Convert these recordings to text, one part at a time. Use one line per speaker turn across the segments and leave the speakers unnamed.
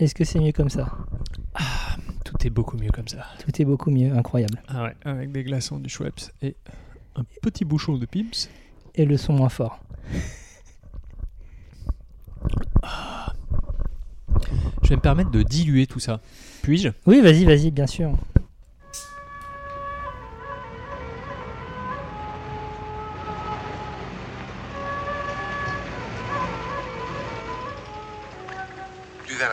Est-ce que c'est mieux comme ça
Tout est beaucoup mieux comme ça.
Tout est beaucoup mieux, incroyable.
Ah ouais, avec des glaçons du Schweppes et un petit bouchon de Pimps.
Et le son moins fort.
Je vais me permettre de diluer tout ça. Puis-je
Oui, vas-y, vas-y, bien sûr.
du vin.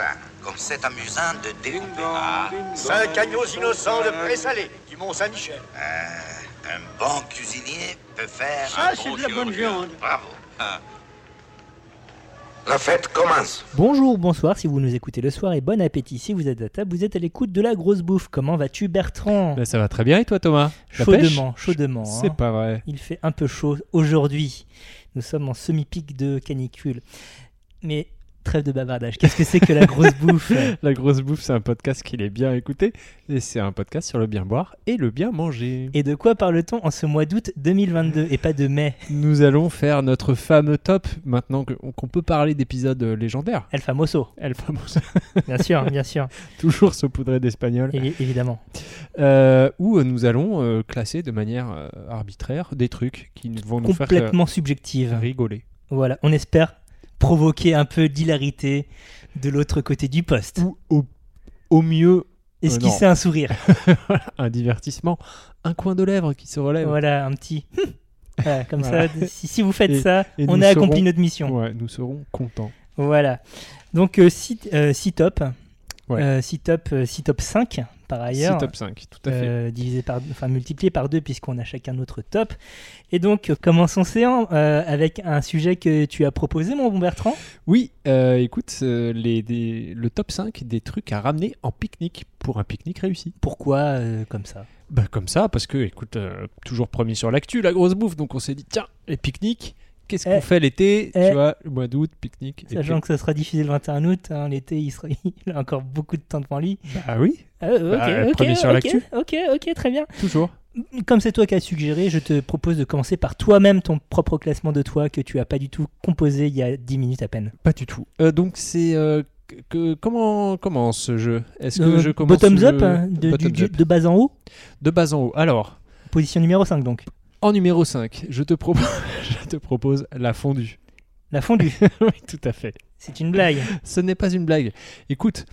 Comme c'est amusant de découper ah,
Cinq agneaux innocents de présalé du Mont-Saint-Michel.
un bon cuisinier peut faire
Ah,
un
c'est
bon
de la bonne
chirurgien.
viande.
Bravo. Ah. La fête commence.
Bonjour, bonsoir si vous nous écoutez le soir et bon appétit si vous êtes à table, vous êtes à l'écoute de la grosse bouffe. Comment vas-tu Bertrand
Ça va très bien et toi Thomas Bah, La pêche
Chaudement, chaudement. hein.
C'est pas vrai.
Il fait un peu chaud aujourd'hui. Nous sommes en semi-pic de canicule. Mais trêve de bavardage, qu'est-ce que c'est que la grosse bouffe
La grosse bouffe, c'est un podcast qu'il est bien écouté et c'est un podcast sur le bien boire et le bien manger.
Et de quoi parle-t-on en ce mois d'août 2022 et pas de mai
Nous allons faire notre fameux top maintenant que- qu'on peut parler d'épisodes euh, légendaires.
El Famoso,
Elle fameuse,
bien sûr, bien sûr,
toujours se poudrer d'espagnol.
évi- évidemment.
Euh, où euh, nous allons euh, classer de manière euh, arbitraire des trucs qui nous- vont nous faire euh,
Complètement subjective.
rigoler.
Voilà, on espère provoquer un peu d'hilarité de l'autre côté du poste.
Ou au, au mieux
Esquisser un sourire.
un divertissement, un coin de lèvres qui se relève.
Voilà, un petit. Voilà, comme
Voilà.
ça, si, si vous faites ça,
et
on
nous
a accompli
serons-
notre mission.
Ouais, nous serons contents.
Voilà. Donc, euh, 6 top.
Ouais.
6 top, euh, six top 5 par ailleurs.
C'est top 5, tout à fait.
euh, divisé par, enfin, multiplié par deux puisqu'on a chacun notre top. Et donc, euh, commençons séant euh, avec un sujet que tu as proposé, mon bon Bertrand.
Oui, euh, écoute, euh, les, des- le top 5 des trucs à ramener en pique-nique pour un pique-nique réussi.
Pourquoi euh, comme ça
Bah, comme ça, parce que, écoute, euh, toujours premier sur l'actu, la grosse bouffe, donc on s'est dit, tiens, les pique-niques, qu'est-ce qu'on
Eh,
fait l'été
eh.
Tu vois, le mois d'août, pique-nique. et
Sachant que ça sera diffusé le 21 août, hein, l'été, il, sera- il a encore beaucoup de temps devant lui.
puis- Bah oui,
Ah, ok,
Bah,
ok,
premier sur
ok,
l'actu.
ok, ok, très bien.
toujours.
Comme c'est toi qui as suggéré, je te propose de commencer par toi-même ton propre classement de toi que tu as pas du tout composé il y a 10 minutes à peine.
Pas du tout. Euh, donc c'est euh, que comment commence ce jeu Est-ce que
Euh,
je commence
bottoms
le-
up, hein, de, du-
Bottoms
du-
up.
de bas en haut,
de bas en haut. Alors,
position numéro 5 donc.
en numéro 5, je te propose je te propose la fondue.
La fondue,
oui, tout à fait.
c'est une blague.
Ce n'est pas une blague. Écoute,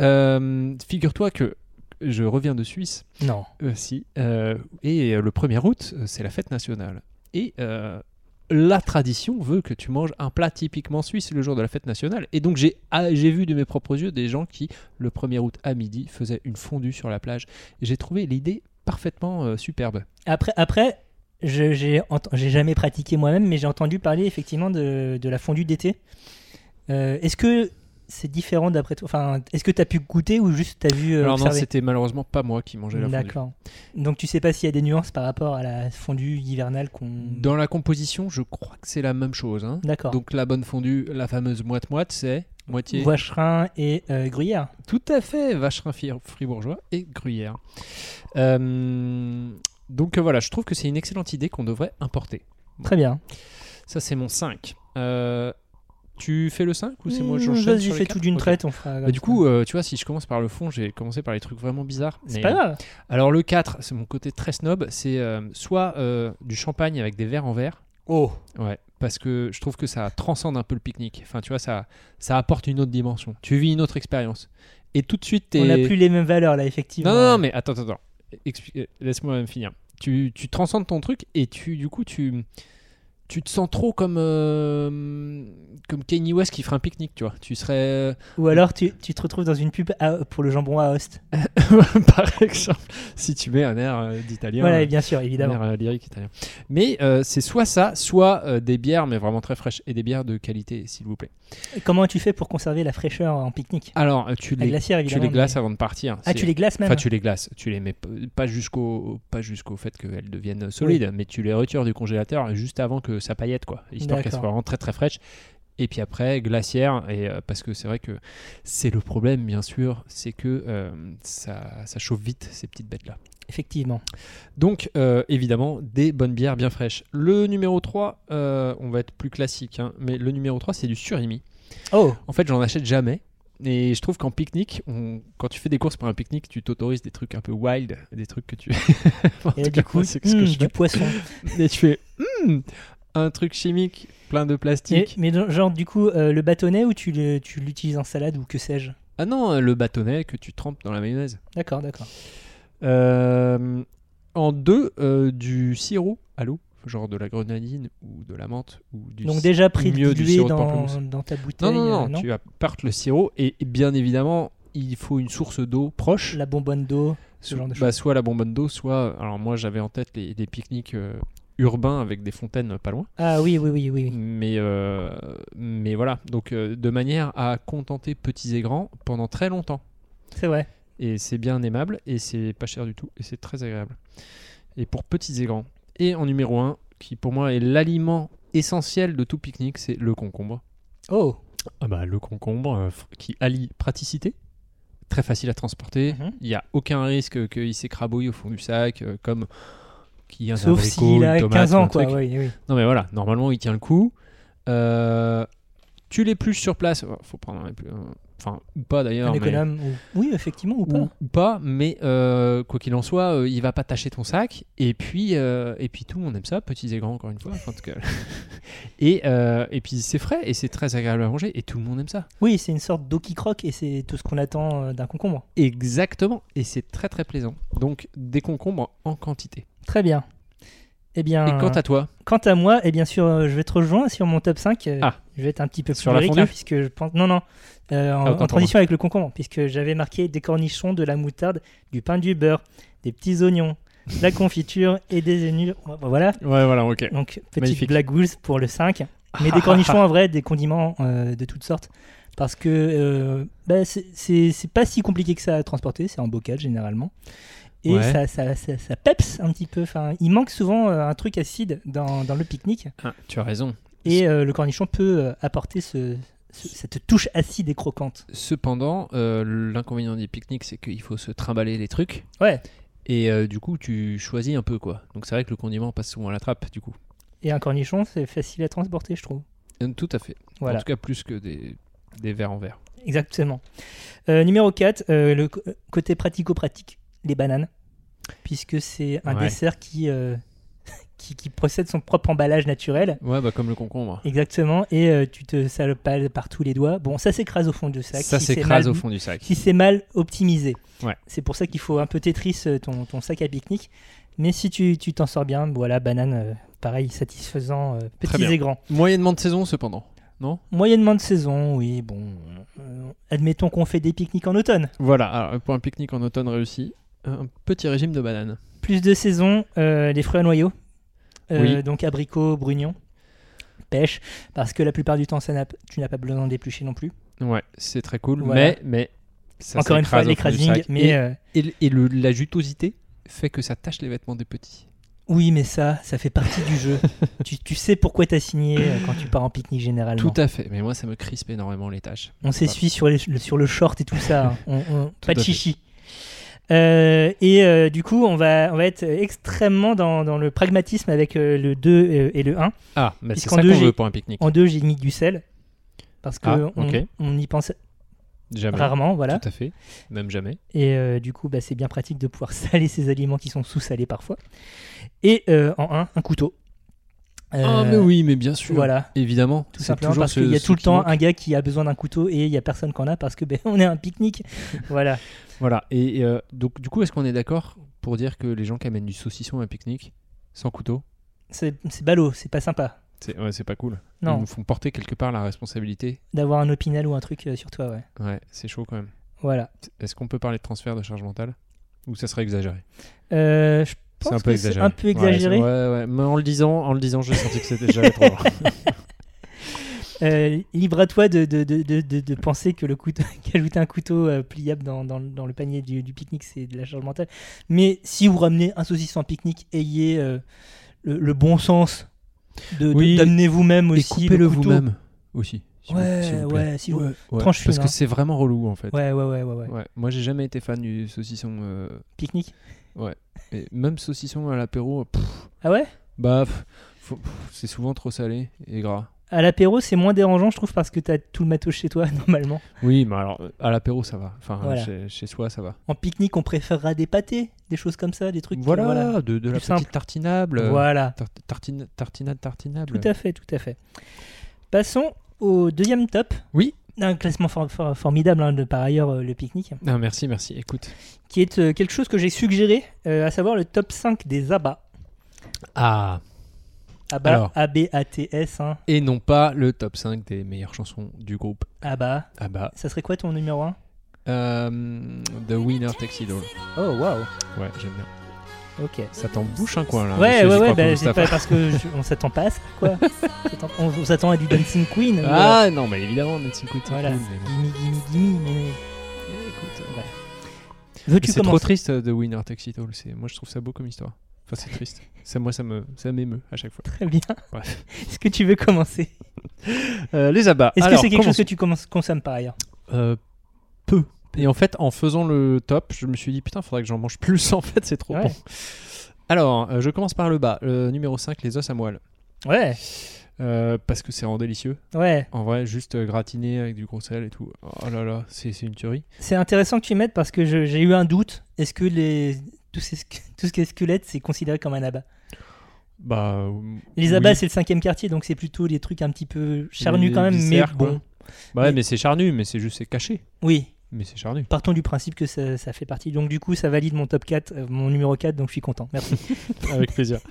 euh, figure-toi que je reviens de Suisse
Non.
euh, si, euh, et euh, le 1er août, euh, c'est la fête nationale. Et euh, la tradition veut que tu manges un plat typiquement suisse le jour de la fête nationale. Et donc j'ai ah, j'ai vu de mes propres yeux des gens qui, le 1er août à midi, faisaient une fondue sur la plage. Et J'ai trouvé l'idée parfaitement euh, superbe.
Après, après je- j'ai ent- j'ai jamais pratiqué moi-même, mais j'ai entendu parler effectivement de, de la fondue d'été. Euh, Est-ce que c'est différent d'après toi Enfin, est-ce que tu as pu goûter ou juste tu as vu euh,
Alors non,
observer
c'était malheureusement pas moi qui mangeais la fondue.
D'accord. Donc tu sais pas s'il y a des nuances par rapport à la fondue hivernale qu'on.
Dans la composition, je crois que c'est la même chose. hein.
D'accord.
Donc la bonne fondue, la fameuse moite-moite, c'est moitié...
Vacherin et euh, Gruyère.
Tout à fait, vacherin fri- fribourgeois et gruyère. Euh, donc euh, voilà, je trouve que c'est une excellente idée qu'on devrait importer.
Très bien.
Ça, c'est mon 5. Euh, tu fais le 5 ou c'est moi
Mmh,
j'enchaîne
Vas-y,
sur les
fais
quatre
tout d'une
Ok.
traite, on fera.
Bah,
comme
du
ça.
coup, euh, tu vois, si je commence par le fond, j'ai commencé par les trucs vraiment bizarres.
c'est
mais- euh,
pas grave.
Alors le 4, c'est mon côté très snob, c'est euh, soit euh, du champagne avec des verres en verre.
Oh.
Ouais, parce que je trouve que ça transcende un peu le pique-nique. Enfin, tu vois, ça, ça apporte une autre dimension. Tu vis une autre expérience. Et tout de suite, t'es...
On n'a plus les mêmes valeurs là, effectivement.
Non, non, non, mais attends, attends, attends. Expli- euh, Laisse-moi me finir. Tu, tu transcendes ton truc et tu, du coup, tu, tu te sens trop comme, euh, comme Kanye West qui ferait un pique-nique, tu vois. Tu serais, euh,
Ou alors tu, tu te retrouves dans une pub à- pour le jambon à host.
par exemple, si tu mets un air euh, d'italien.
Voilà,
euh,
bien sûr, évidemment.
un air, euh, lyrique italien. Mais euh, c'est soit ça, soit euh, des bières, mais vraiment très fraîches, et des bières de qualité, s'il vous plaît.
Comment tu fais pour conserver la fraîcheur en pique-nique
Alors, euh, tu
Ah, La
les,
glacière,
tu
évidemment.
les glaces
mais-
avant de partir.
Ah,
C'est-
tu les glaces même
Enfin, tu les glaces, tu les mets p- pas jusqu'au pas jusqu'au fait qu'elles deviennent solides, mais tu les retires du congélateur juste avant que ça paillette, quoi, histoire qu'elles soient
D'accord.
vraiment très très fraîches. Et puis après, glacière, et euh, parce que c'est vrai que c'est le problème, bien sûr, c'est que euh, ça, ça chauffe vite ces petites bêtes là.
Effectivement.
Donc, euh, évidemment, des bonnes bières bien fraîches. Le numéro 3, euh, on va être plus classique, hein, mais le numéro 3, c'est du surimi.
Oh,
En fait, j'en achète jamais. Et je trouve qu'en pique-nique, on- quand tu fais des courses pour un pique-nique, tu t'autorises des trucs un peu wild, des trucs que tu. En
Et
tout
là,
cas,
du coup,
c'est ce que
hmm,
je
du
fais.
poisson.
Et tu fais Hmm, un truc chimique plein de
Et-
plastique.
mais dans- genre, du coup, euh, le bâtonnet ou tu le- tu l'utilises en salade ou que sais-je
Ah non, le bâtonnet que tu trempes dans la mayonnaise.
D'accord, d'accord.
Euh, en deux, euh, du sirop à l'eau, genre de la grenadine ou de la menthe ou du
Donc déjà pris
mieux du
dilué
sirop de
dans,
pamplemousse.
dans ta bouteille.
Non, non, non,
euh,
tu apportes le sirop et bien évidemment, il faut une source d'eau proche.
La bonbonne d'eau. ce genre de
Bah, soit la bonbonne d'eau, soit. Alors moi j'avais en tête les, des pique-niques euh, urbains avec des fontaines pas loin.
Ah oui, oui, oui, oui. oui.
Mais, euh, mais voilà, donc euh, de manière à contenter petits et grands pendant très longtemps.
C'est vrai.
Et c'est bien aimable et c'est pas cher du tout et c'est très agréable. Et pour petits et grands. Et en numéro 1, qui pour moi est l'aliment essentiel de tout pique-nique, c'est le concombre.
Oh,
Ah bah, le concombre euh, fr- qui allie praticité, très facile à transporter.
Mhm.
Il n'y a aucun risque qu'il s'écrabouille au fond du sac, euh, comme qu'il y a un
sauf
abricot,
s'il
une
a
tomate,
15
ou un
ans, quoi.
truc.
oui, oui.
Non mais voilà, normalement il tient le coup. Euh, tu l'épluches sur place. Oh, faut prendre un éplu- un- Enfin, ou pas d'ailleurs.
Un
mais-
économe. ou- Oui, effectivement, ou pas.
ou, ou pas, mais euh, quoi qu'il en soit, euh, il va pas tâcher ton sac. Et puis, euh, et puis tout le monde aime ça, petits et grands encore une fois. enfin, en tout cas. et, euh, et puis c'est frais et c'est très agréable à manger et tout le monde aime ça.
Oui, c'est une sorte d'eau qui croque et c'est tout ce qu'on attend euh, d'un concombre.
Exactement, et c'est très très plaisant. Donc des concombres en quantité.
Très bien. Eh bien,
Et quant à toi,
quant à moi, eh bien sûr, euh, je vais te rejoindre sur mon top 5. euh,
Ah.
Je vais être un petit peu plus
Sur la
lyrique,
fondue Ah,
hein, puisque je pense. Non, non. euh, en,
autant
en
pour
transition avec le concombre, puisque j'avais marqué des cornichons, de la moutarde, du pain, du beurre, des petits oignons, de la confiture et des énures. Voilà.
ouais voilà ok.
Donc, petite
Magnifique.
blague Wolves pour le 5. Mais des cornichons en vrai, des condiments euh, de toutes sortes. Parce que euh, bah, c'est- c'est c'est pas si compliqué que ça à transporter, c'est en bocal généralement. Et
Ouais.
ça, ça, ça, ça peps un petit peu. Enfin, il manque souvent euh, un truc acide dans, dans le pique-nique.
Ah, tu as raison.
Et euh, le cornichon peut euh, apporter ce, ce- cette touche acide et croquante.
Cependant, euh, l'inconvénient des pique-niques, c'est qu'il faut se trimballer les trucs.
Ouais.
Et euh, du coup, tu choisis un peu quoi. Donc c'est vrai que le condiment passe souvent à la trappe du coup.
Et un cornichon, c'est facile à transporter, je trouve.
Euh, Tout à fait. En
Voilà,
tout cas, plus que des, des verres en verre.
exactement. Euh, numéro 4, euh, le co- côté pratico-pratique, les bananes. Puisque c'est un
Ouais.
dessert qui, euh, qui, qui possède son propre emballage naturel.
Ouais, bah comme le concombre.
Exactement, et euh, tu te salopales par tous les doigts. Bon, ça s'écrase au fond du sac.
Ça
si c'est
s'écrase
mal-
au fond du sac.
Si c'est mal optimisé.
Ouais.
C'est pour ça qu'il faut un peu Tetris euh, ton, ton sac à pique-nique. Mais si tu tu t'en sors bien, voilà, banane, euh, pareil, satisfaisant, euh, petits
bien.
et grands.
Moyennement de saison cependant. Non
Moyennement de saison, oui, bon. euh, admettons qu'on fait des pique-niques en automne.
Voilà, alors, pour un pique-nique en automne réussi, un petit régime de bananes.
Plus de saison, euh, les fruits à noyaux. Euh,
Oui.
Donc abricots, brugnons, pêche. Parce que la plupart du temps, ça n'a- tu n'as pas besoin d'éplucher non plus.
Ouais, c'est très cool.
Voilà.
Mais, mais ça
Encore une fois,
s'écrase au fond du
l'écrasing.
sac.
Mais
Et-
euh,
Et, l- et le- la jutosité fait que ça tache les vêtements des petits.
oui, mais ça, ça fait partie du jeu. Tu, tu sais pourquoi t'as signé euh, quand tu pars en pique-nique généralement.
Tout à fait. Mais moi, ça me crispe énormément les taches.
On s'essuie sur, les- le- sur le short et tout ça. hein. On- on- pas de
à fait.
chichi. Euh, et euh, du coup, on va, on va être extrêmement dans, dans le pragmatisme avec euh, le 2 euh, et le 1.
Ah, mais c'est
Puisqu'en
ça qu'on
deux, j'ai-
veut pour un pique-nique.
En 2, j'ai mis du sel. Parce que
Ah,
on,
ok.
on y pense
Jamais.
rarement, voilà.
Tout à fait. Même jamais.
Et euh, du coup, bah, c'est bien pratique de pouvoir saler ces aliments qui sont sous-salés parfois. Et euh, en 1, un couteau.
Ah,
Euh,
mais oui, mais bien sûr.
Voilà.
Évidemment.
Tout
c'est
simplement
toujours
parce
ce-
qu'il y a
ce
tout le
qui
temps
manque.
un gars qui a besoin d'un couteau et il y a personne qu'on a parce que ben, on est un pique-nique. voilà.
Voilà. Et euh, donc, du coup, est-ce qu'on est d'accord pour dire que les gens qui amènent du saucisson à un pique-nique sans couteau,
C'est c'est ballot, c'est pas sympa.
c'est ouais, c'est pas cool. Ils
Non,
nous font porter quelque part la responsabilité.
d'avoir un opinel ou un truc euh, sur toi, ouais.
Ouais, c'est chaud quand même.
Voilà.
Est-ce qu'on peut parler de transfert de charge mentale ou ça serait exagéré
Euh, je pense
C'est un
que
peu
C'est
exagéré.
un peu
Ouais,
exagéré.
c'est- ouais, ouais. Mais en le disant, en le disant, j'ai senti que c'était jamais trop. loin.
Euh, libre à toi de, de, de, de, de- de penser que le couteau, qu'ajouter un couteau euh, pliable dans, dans, le- dans le panier du, du pique-nique, c'est de la charge mentale. Mais si vous ramenez un saucisson en pique-nique, ayez euh, le, le bon sens de, de-
Oui.
d'amener vous-même
Et
aussi.
coupez-le
couteau.
vous-même aussi. s'il vous-
Ouais,
s'il vous plaît.
ouais, si vous... ouais,
Ouais,
Tranche
parce
fine,
que
hein.
c'est vraiment relou en fait.
ouais, ouais, ouais, ouais.
Ouais. Moi, j'ai jamais été fan du saucisson. euh,
Pique-nique.
et même saucisson à l'apéro, pff,
Ah ouais
bah, pff, faut- pff, c'est souvent trop salé et gras.
À l'apéro, c'est moins dérangeant, je trouve, parce que t'as tout le matos chez toi, normalement.
Oui, mais alors, euh, à l'apéro, ça va. Enfin,
Voilà.
chez, chez soi, ça va.
En pique-nique, on préférera des pâtés, des choses comme ça, des trucs.
Voilà,
Voilà.
de, de la
Plus simple.
petite tartinable. euh,
Voilà.
tar- tartine, tartinade tartinable.
Tout à fait, tout à fait. Passons au deuxième top.
Oui.
Un classement for- for- formidable, hein, de, par ailleurs, euh, le pique-nique,
Ah, merci, merci. Écoute.
qui est euh, quelque chose que j'ai suggéré, euh, à savoir le top 5 des abats.
Ah.
Abats,
Alors.
A-B-A-T-S, hein.
Et non pas le top 5 des meilleures chansons du groupe.
Abba.
Ah bah.
Ça serait quoi ton numéro 1
euh, The Winner Takes It All.
Oh, waouh.
Ouais, j'aime bien.
Ok.
Ça t'embouche un coin là.
Ouais, ouais,
Ah, monsieur, j'y
ouais,
crois
bah,
pas,
c'est
Mustapha.
pas parce que je- on s'attend pas à ça, quoi. On s'attend- on on s'attend à du Dancing Queen.
Ah non, mais évidemment, Nancy Queen, c'est
Voilà. euh,
cool, mais bon.
Gimme, gimme, gimme, mais-
Eh, écoute,
Bref. Veux-tu
C'est trop
commencer
triste euh, The Winner Takes It All. C'est- Moi, je trouve ça beau comme histoire. Enfin, c'est triste. Ça, moi, ça me, ça m'émeut à chaque fois.
Très bien.
Bref.
Est-ce que tu veux commencer
Euh, les abats.
Est-ce que
Alors,
c'est quelque chose que
commençons.
tu commences- consommes par ailleurs
Euh, peu. Et en fait, en faisant le top, je me suis dit putain, faudrait que j'en mange plus. En fait, c'est trop
Ouais.
bon. Alors, euh, je commence par le bas. Le numéro 5, les os à moelle.
Ouais,
Euh, parce que c'est en délicieux.
ouais.
En vrai, juste euh, gratiné avec du gros sel et tout. Oh là là, c'est c'est une tuerie.
C'est intéressant que tu y mettes parce que je- j'ai eu un doute. Est-ce que les tout, ce, tout ce qui est squelette, c'est considéré comme un abat
Bah. euh,
Les
oui.
abats, c'est le cinquième quartier, donc c'est plutôt des trucs un petit peu charnus
Les
quand même,
viscères,
mais
quoi.
bon.
Bah ouais,
Mais-
mais c'est charnu, mais c'est juste c'est caché.
Oui,
Mais c'est charnu.
partons du principe que ça, ça fait partie. Donc du coup, ça valide mon top 4, euh, mon numéro 4, donc je suis content. Merci.
Avec plaisir.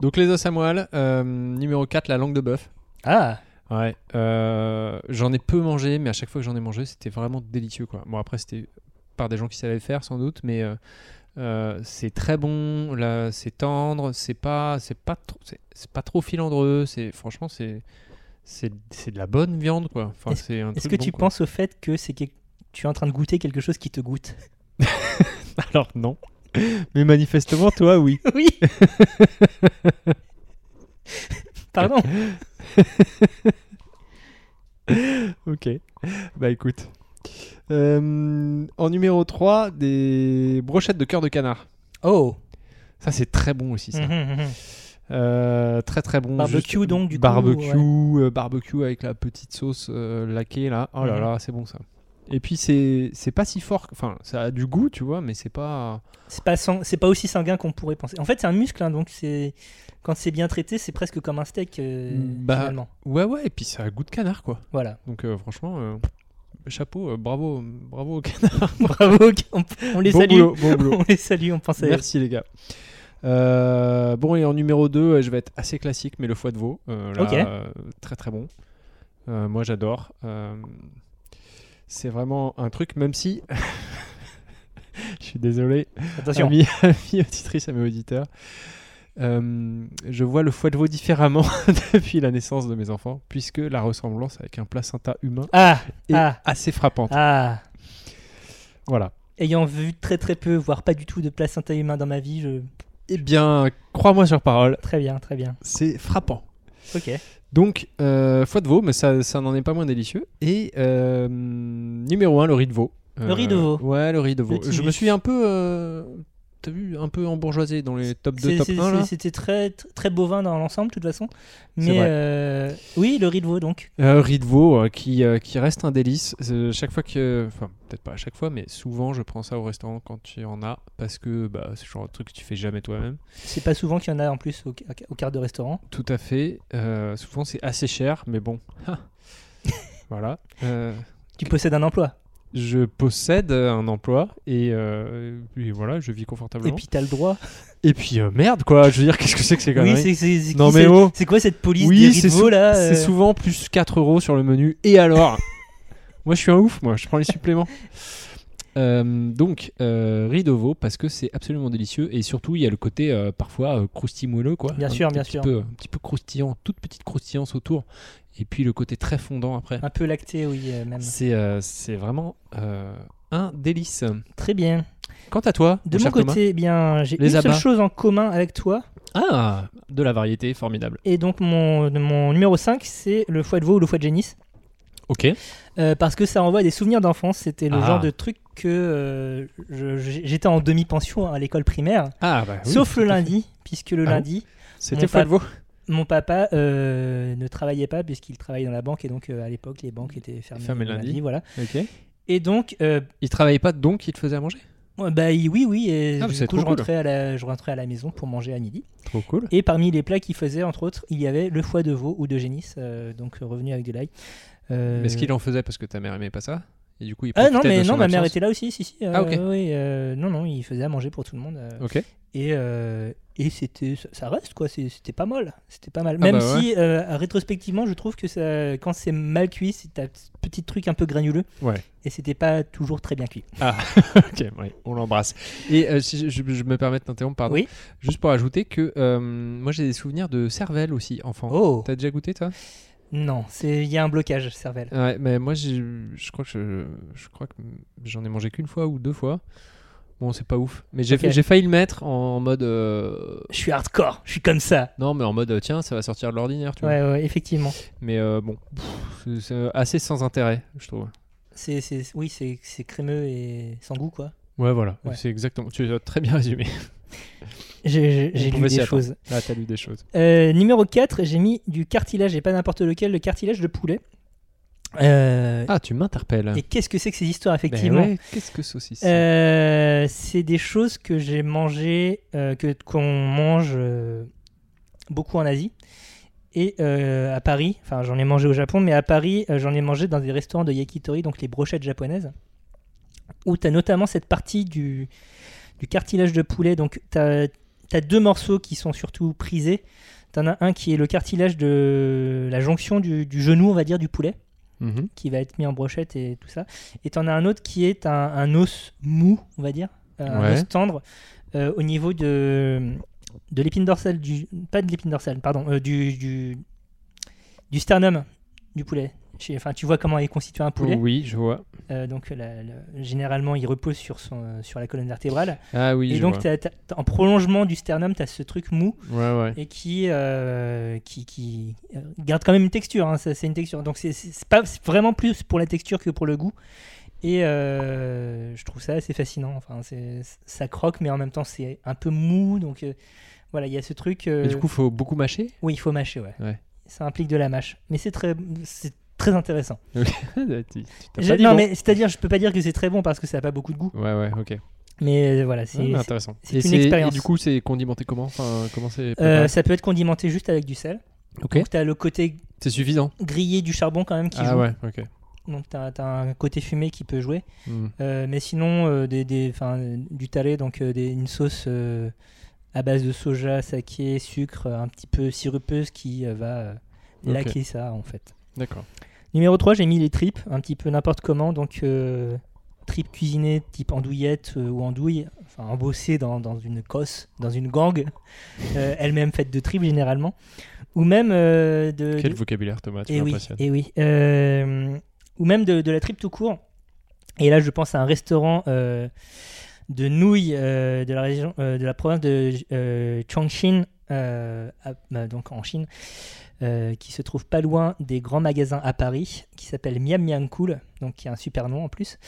Donc les os à moelle, euh, numéro 4, la langue de bœuf.
Ah,
Ouais, euh, j'en ai peu mangé, mais à chaque fois que j'en ai mangé, c'était vraiment délicieux. Quoi. Bon, après, c'était par des gens qui savaient le faire, sans doute, mais euh, euh, c'est très bon, là, c'est tendre, c'est pas, c'est pas, trop- c'est, c'est pas trop filandreux, c'est, franchement, c'est, c'est, c'est de la bonne viande. Quoi. Enfin, c'est un
est-ce que
truc
tu
bon, quoi.
penses au fait que c'est que tu es en train de goûter quelque chose qui te goûte
Alors, non. mais manifestement, toi, oui.
Oui Pardon
Ok, bah écoute. Euh, en numéro 3, des brochettes de cœur de canard.
Oh
Ça, c'est très bon aussi, ça.
Mhm, mhm.
Euh, très très bon.
Barbecue,
juste
donc, du coup,
barbecue,
ouais.
euh, barbecue avec la petite sauce euh, laquée là. Oh là
Mhm.
là, c'est bon ça. Et puis c'est c'est pas si fort, enfin ça a du goût, tu vois, mais c'est pas.
C'est pas, sang- c'est pas aussi sanguin qu'on pourrait penser. En fait, c'est un muscle, hein, donc c'est quand c'est bien traité, c'est presque comme un steak euh,
Bah.
finalement.
Ouais ouais, et puis ça a goût de canard quoi.
Voilà.
Donc euh, franchement, euh, chapeau, euh, bravo, bravo au canard.
Bravo, on, on les
Bon
salue.
boulot, bon boulot.
On les salue, on pense à eux.
Merci les gars. Euh, bon et en numéro 2 je vais être assez classique mais le foie de veau euh, là,
Ok.
euh, très très bon Euh, moi j'adore Euh, c'est vraiment un truc même si je suis désolé
Attention.
amis, amis auditrices amis auditeurs Euh, je vois le foie de veau différemment depuis la naissance de mes enfants puisque la ressemblance avec un placenta humain
Ah,
est
ah,
assez frappante
ah.
voilà
Ayant vu très très peu, voire pas du tout de placenta humain dans ma vie, je...
eh bien crois-moi sur parole
très bien, très bien.
c'est frappant
Ok.
Donc, euh, foie de veau, mais ça, ça n'en est pas moins délicieux. Et euh, numéro 1, le riz de veau. Euh,
Le riz de veau.
Ouais, le riz de veau.
Le
Je me
tingus.
suis un peu. euh, T'as vu, un peu embourgeoisé dans les top 2,
C'est-
top
c'est-
1 là.
c'est- C'était très très bovin dans l'ensemble, de toute façon. Mais
vrai.
euh, oui, le riz de veau donc.
Euh, riz de veau euh, qui, euh, qui reste un délice. Euh, chaque fois que. Enfin, peut-être pas à chaque fois, mais souvent je prends ça au restaurant quand tu en as. Parce que bah, c'est le genre de truc que tu fais jamais toi-même.
C'est pas souvent qu'il y en a en plus au, au quart de restaurant.
Tout à fait. Euh, souvent c'est assez cher, mais bon. voilà. Euh,
Tu possèdes un emploi.
je possède un emploi et, euh, et voilà, je vis
Et
confortablement.
puis t'as le droit.
Et puis, euh, merde quoi, je veux dire, qu'est-ce que c'est que ces
Oui,
conneries
c'est- c'est c'est
Non,
qui,
mais
c'est-
oh.
c'est quoi cette police
Oui,
des
c'est
rivaux
sou-
là
C'est
euh,
souvent plus 4 euros sur le menu. Et alors Moi je suis un ouf, moi je prends les suppléments. Euh, donc, euh, riz de veau parce que c'est absolument délicieux et surtout il y a le côté euh, parfois euh, croustimouleux quoi.
Bien
Un
sûr, bien
petit
sûr.
Peu, un petit peu croustillant, toute petite croustillance autour et puis le côté très fondant après.
Un peu lacté, oui, euh, même.
C'est euh, c'est vraiment euh, un délice.
Très bien.
Quant à toi,
De
mon
mon
cher Thomas
côté, eh bien, j'ai
Les
une seule
abats.
chose en commun avec toi.
Ah, de la variété, formidable.
Et donc, mon, mon numéro 5, c'est le foie de veau ou le foie de génisse.
Ok.
Euh, parce que ça renvoie à des souvenirs d'enfance. C'était le
Ah.
genre de truc que euh, je- j'ai- j'étais en demi-pension à l'école primaire.
Ah bah oui.
sauf le lundi, puisque le
Ah bon
lundi,
C'était
mon
foie de veau.
mon papa euh, ne travaillait pas puisqu'il travaillait dans la banque et donc euh, à l'époque les banques étaient fermées,
Fermées lundi.
voilà.
Ok.
Et donc euh,
Il travaillait pas, donc il te faisait à manger
ouais, bah il- oui oui et
Ah, mais
du
c'est
coup
trop
je
cool.
rentrais à la je rentrais à la maison pour manger à midi.
Trop cool.
Et parmi les plats qu'il faisait entre autres, il y avait le foie de veau ou de génisse euh, donc euh, revenu avec de l'ail. Euh,
Mais est-ce qu'il en faisait parce que ta mère aimait pas ça Et du coup, il
ah non
profitait
mais
de
non
son
ma mère
absence
était là aussi si si euh,
Ah, ok.
oui, euh, non non il faisait à manger pour tout le monde euh,
Ok.
et, euh, et c'était ça- ça reste quoi c'est- c'était pas mal c'était pas mal
Ah
même
bah ouais.
si euh, rétrospectivement je trouve que ça, quand c'est mal cuit c'est un petit truc un peu granuleux
Ouais.
et c'était pas toujours très bien cuit
Ok, ouais, on l'embrasse. Et euh, si je, je- je me permets de t'interrompre, pardon.
Oui.
Juste pour ajouter que euh, moi, j'ai des souvenirs de cervelle aussi, enfant.
oh
T'as déjà goûté, toi
non c'est il y a un blocage cervelle
Ouais, mais moi, j'ai- je crois que je, je crois que j'en ai mangé qu'une fois ou deux fois. Bon, c'est pas ouf. Mais j'ai
Ok.
j'ai failli le mettre en mode. euh,
je suis hardcore je suis comme ça
Non, mais en mode, euh, tiens, ça va sortir de l'ordinaire, tu vois.
ouais ouais effectivement
Mais euh, bon, pff, c'est- c'est assez sans intérêt, je trouve.
c'est c'est- oui c'est c'est crémeux et sans goût quoi
Ouais, voilà.
Ouais.
C'est exactement. Tu as très bien résumé.
j'ai j'ai-
On
j'ai lu
pouvait s'y
des
attendre.
choses
Là, t'as lu des choses.
Euh, numéro 4, j'ai mis du cartilage et pas n'importe lequel, le cartilage de poulet. Euh,
Ah, tu m'interpelles.
Et qu'est-ce que c'est que ces histoires,
Ben
effectivement
ouais, qu'est-ce que saucisse
Euh, C'est des choses que j'ai mangées, euh, que qu'on mange euh, beaucoup en Asie. Et euh, à Paris, enfin j'en ai mangé au Japon, mais à Paris, euh, j'en ai mangé dans des restaurants de yakitori, donc les brochettes japonaises, où tu as notamment cette partie du, du cartilage de poulet. Donc tu as, deux morceaux qui sont surtout prisés. Tu en as un qui est le cartilage de la jonction du- du genou, on va dire, du poulet
Mhm.
qui va être mis en brochette et tout ça. Et t'en as un autre qui est un, un os mou, on va dire, euh, un
Ouais.
os tendre euh, au niveau de de l'épine dorsale du pas de l'épine dorsale, pardon, euh, du, du du sternum du poulet. Chez- Enfin, tu vois comment est constitué un poulet.
Oui, je vois.
Euh, donc, la- la- généralement, il repose sur son euh, sur la colonne vertébrale.
Ah oui,
et
je
donc,
vois.
t'as- t'as- t'as- en prolongement du sternum, tu as ce truc mou
Ouais, ouais.
et qui, euh, qui, qui euh, garde quand même une texture. hein, ça, c'est une texture. Donc c'est- c'est c'est pas c'est vraiment plus pour la texture que pour le goût. Et euh, je trouve ça assez fascinant. Enfin, c'est ça croque, mais en même temps c'est un peu mou. Donc euh, voilà, il y a ce truc. euh,
Mais du coup, faut beaucoup mâcher.
oui, il faut mâcher, ouais.
Ouais.
Ça implique de la mâche, mais c'est très, c'est très intéressant.
Tu- tu t'as
Je-
pas dit
non,
bon.
mais c'est-à-dire, je peux pas dire que c'est très bon parce que ça a pas beaucoup de goût.
Ouais, ouais, ok.
Mais euh, voilà,
Ouais,
c'est,
mais
c'est-
intéressant.
c'est
Et
une
et
expérience.
du coup, c'est condimenté comment Enfin, comment c'est
euh,
préparé
ça peut être condimenté juste avec du sel.
Ok.
Donc t'as le côté
C'est suffisant.
grillé du charbon quand même qui
Ah
joue.
ouais, ok.
Donc t'as as un côté fumé qui peut jouer.
Hmm.
Euh, mais sinon, euh, des, des, enfin, euh, du talé, donc euh, des- une sauce euh, à base de soja, saké, sucre, euh, un petit peu sirupeuse qui euh, va euh,
Ok.
laquer ça en fait.
D'accord.
Numéro 3, j'ai mis les tripes, un petit peu n'importe comment. Donc euh, tripes cuisinées type andouillette euh, ou andouille, enfin embossées dans, dans une cosse, dans une gangue, euh, elle-même faite de tripes généralement. Ou même euh, de,
Quel
de-
vocabulaire, Thomas Tu
et Eh oui,
m'impressionnes.
et oui. Euh, ou même de, de la tripe tout court. Et là, je pense à un restaurant euh, de nouilles euh, de la région, euh, de la province de euh, Chongqing, euh, à- bah, donc en Chine, euh, qui se trouve pas loin des grands magasins à Paris, qui s'appelle Miam Miam Cool, donc qui a un super nom en plus.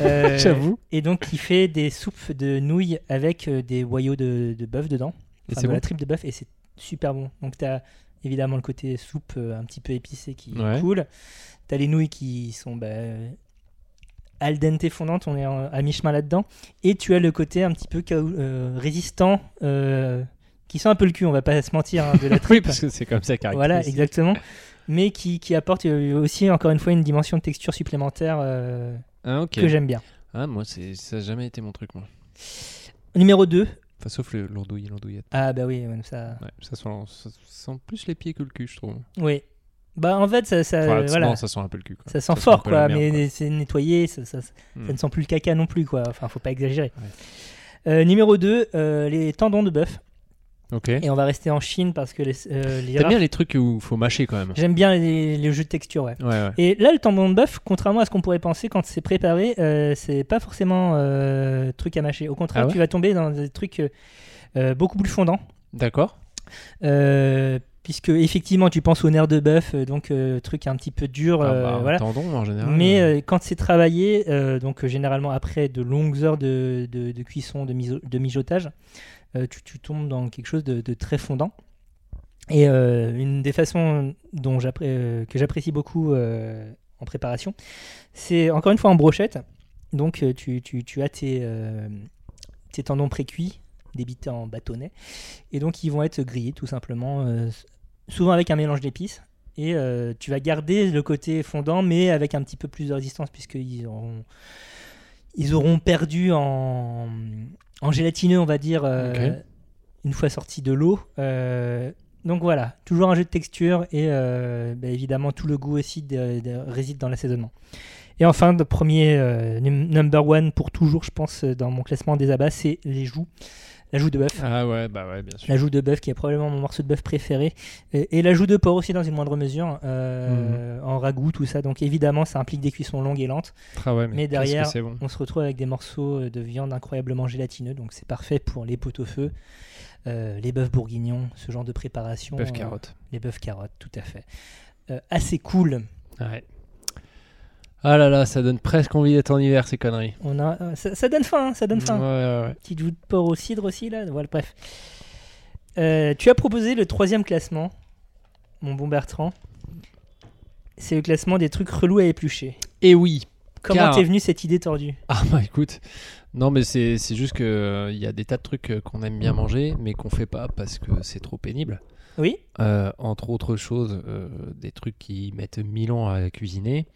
Euh,
J'avoue.
et donc, qui fait des soupes de nouilles avec euh, des boyaux de, de bœuf dedans.
Et
Enfin,
c'est
de
bon
la tripe de bœuf et c'est super bon. Donc tu as évidemment le côté soupe euh, un petit peu épicé qui
Ouais.
est cool. Tu as les nouilles qui sont bah, euh, al dente fondantes, on est en- à mi-chemin là-dedans. Et tu as le côté un petit peu cao- euh, résistant euh, qui sent un peu le cul, on va pas se mentir, hein, de la
Oui,
tripe.
parce que c'est comme ça caractéristique.
voilà, exactement. Mais qui, qui apporte euh, aussi, encore une fois, une dimension de texture supplémentaire euh,
Ah, ok.
que j'aime bien.
Ah, moi, c'est- ça n'a jamais été mon truc, moi.
Numéro 2.
Enfin, sauf le- l'andouille, l'andouillette.
Ah bah oui, ouais, ça...
Ouais, ça sent, ça sent plus les pieds que le cul, je trouve.
Oui. Bah en fait, ça... ça
Enfin,
voilà.
Non, ça sent un peu le cul. Quoi.
Ça sent
sent un
fort,
peu la
quoi,
merde,
mais c'est nettoyé, ça, ça- ça
Hmm.
ne sent plus le caca non plus, quoi. Enfin, faut pas exagérer.
Ouais.
Euh, numéro 2, les tendons de bœuf.
Ok.
Et on va rester en Chine parce que les. euh, les
T'aimes
rares-
bien les trucs où faut mâcher quand même.
J'aime bien les, les jeux de texture, ouais.
Ouais, ouais.
Et là, le tendon de bœuf, contrairement à ce qu'on pourrait penser quand c'est préparé, euh, c'est pas forcément euh, truc à mâcher. Au contraire,
Ah ouais
tu vas tomber dans des trucs euh, euh, beaucoup plus fondants.
D'accord.
euh, puisque, effectivement, tu penses aux nerfs de bœuf, euh, donc euh, truc un petit peu dur.
Ah,
euh,
bah, un
voilà.
Tendon en général.
Mais
euh,
euh, quand c'est travaillé, euh, donc euh, généralement après de longues heures de, de- de cuisson, de, miso- de mijotage, euh, tu, tu tombes dans quelque chose de, de très fondant. Et euh, une des façons dont j'appré- euh, que j'apprécie beaucoup euh, en préparation, c'est encore une fois en brochette. Donc euh, tu, tu- tu as tes, euh, tes tendons précuits, débités en bâtonnets. Et donc ils vont être grillés tout simplement, euh, s- souvent avec un mélange d'épices. Et euh, tu vas garder le côté fondant, mais avec un petit peu plus de résistance, puisqu'ils auront, ils auront perdu en, en gélatineux, on va dire, euh,
Ok.
une fois sortis de l'eau. Euh, donc voilà, toujours un jeu de texture et euh, bah, évidemment tout le goût aussi de- de- réside dans l'assaisonnement. Et enfin, le premier euh, num- number one pour toujours, je pense, dans mon classement des abats, c'est les joues, la joue de bœuf.
Ah ouais, bah ouais, bien sûr.
La joue de bœuf qui est probablement mon morceau de bœuf préféré. Et, et la joue de porc aussi dans une moindre mesure, euh,
Mhm.
en ragoût, tout ça. Donc évidemment, ça implique des cuissons longues et lentes.
Ah ouais,
Mais
mais, qu'est-ce que
derrière-
c'est bon.
On se retrouve avec des morceaux euh, de viande incroyablement gélatineux. Donc c'est parfait pour les pots au feu, euh, les bœufs bourguignons, ce genre de préparation.
Bœuf
euh,
carotte.
les bœufs carottes, tout à fait. Euh, assez cool.
Ouais. Ah là là, ça donne presque envie d'être en hiver ces conneries.
On a, euh, ça, ça donne faim, hein, ça donne faim.
Ouais, ouais, ouais.
Petite joue de porc au cidre aussi, là. Voilà, bref. Euh, tu as proposé le troisième classement, mon bon Bertrand. C'est le classement des trucs relous à éplucher.
Et oui,
Comment
Car-
t'es venue cette idée tordue
Ah bah écoute, non mais c'est c'est juste que euh, il y a des tas de trucs euh, qu'on aime bien manger mais qu'on fait pas parce que c'est trop pénible.
Oui
Euh, entre autres choses, euh, des trucs qui mettent mille ans à cuisiner,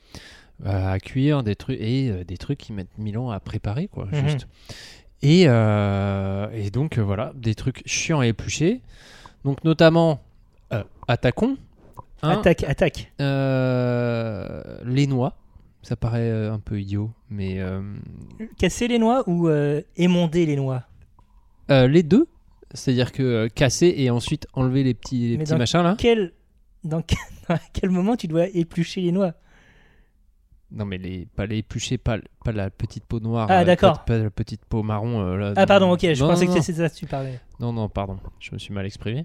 euh, à cuire, des trucs et euh, des trucs qui mettent mille ans à préparer quoi,
Mhm.
juste. Et, euh, et donc euh, voilà, des trucs chiants à éplucher. Donc notamment euh, attaquons hein,
Attaque, attaque.
euh, les noix. Ça paraît euh, un peu idiot, mais euh,
Casser les noix ou euh, émonder les noix
Euh, les deux. C'est-à-dire que euh, casser et ensuite enlever les petits, les
Mais
petits
dans-
machins là.
quel... Dans quel... à quel moment tu dois éplucher les noix
Non mais les, pas les éplucher, pas, pas la petite peau noire.
Ah,
euh,
d'accord.
Pas, pas la petite peau marron. euh, là,
Ah
non,
pardon,
non.
ok, je
Non,
pensais
non,
que
non.
c'était ça que tu parlais.
Non, non, pardon. Je me suis mal exprimé.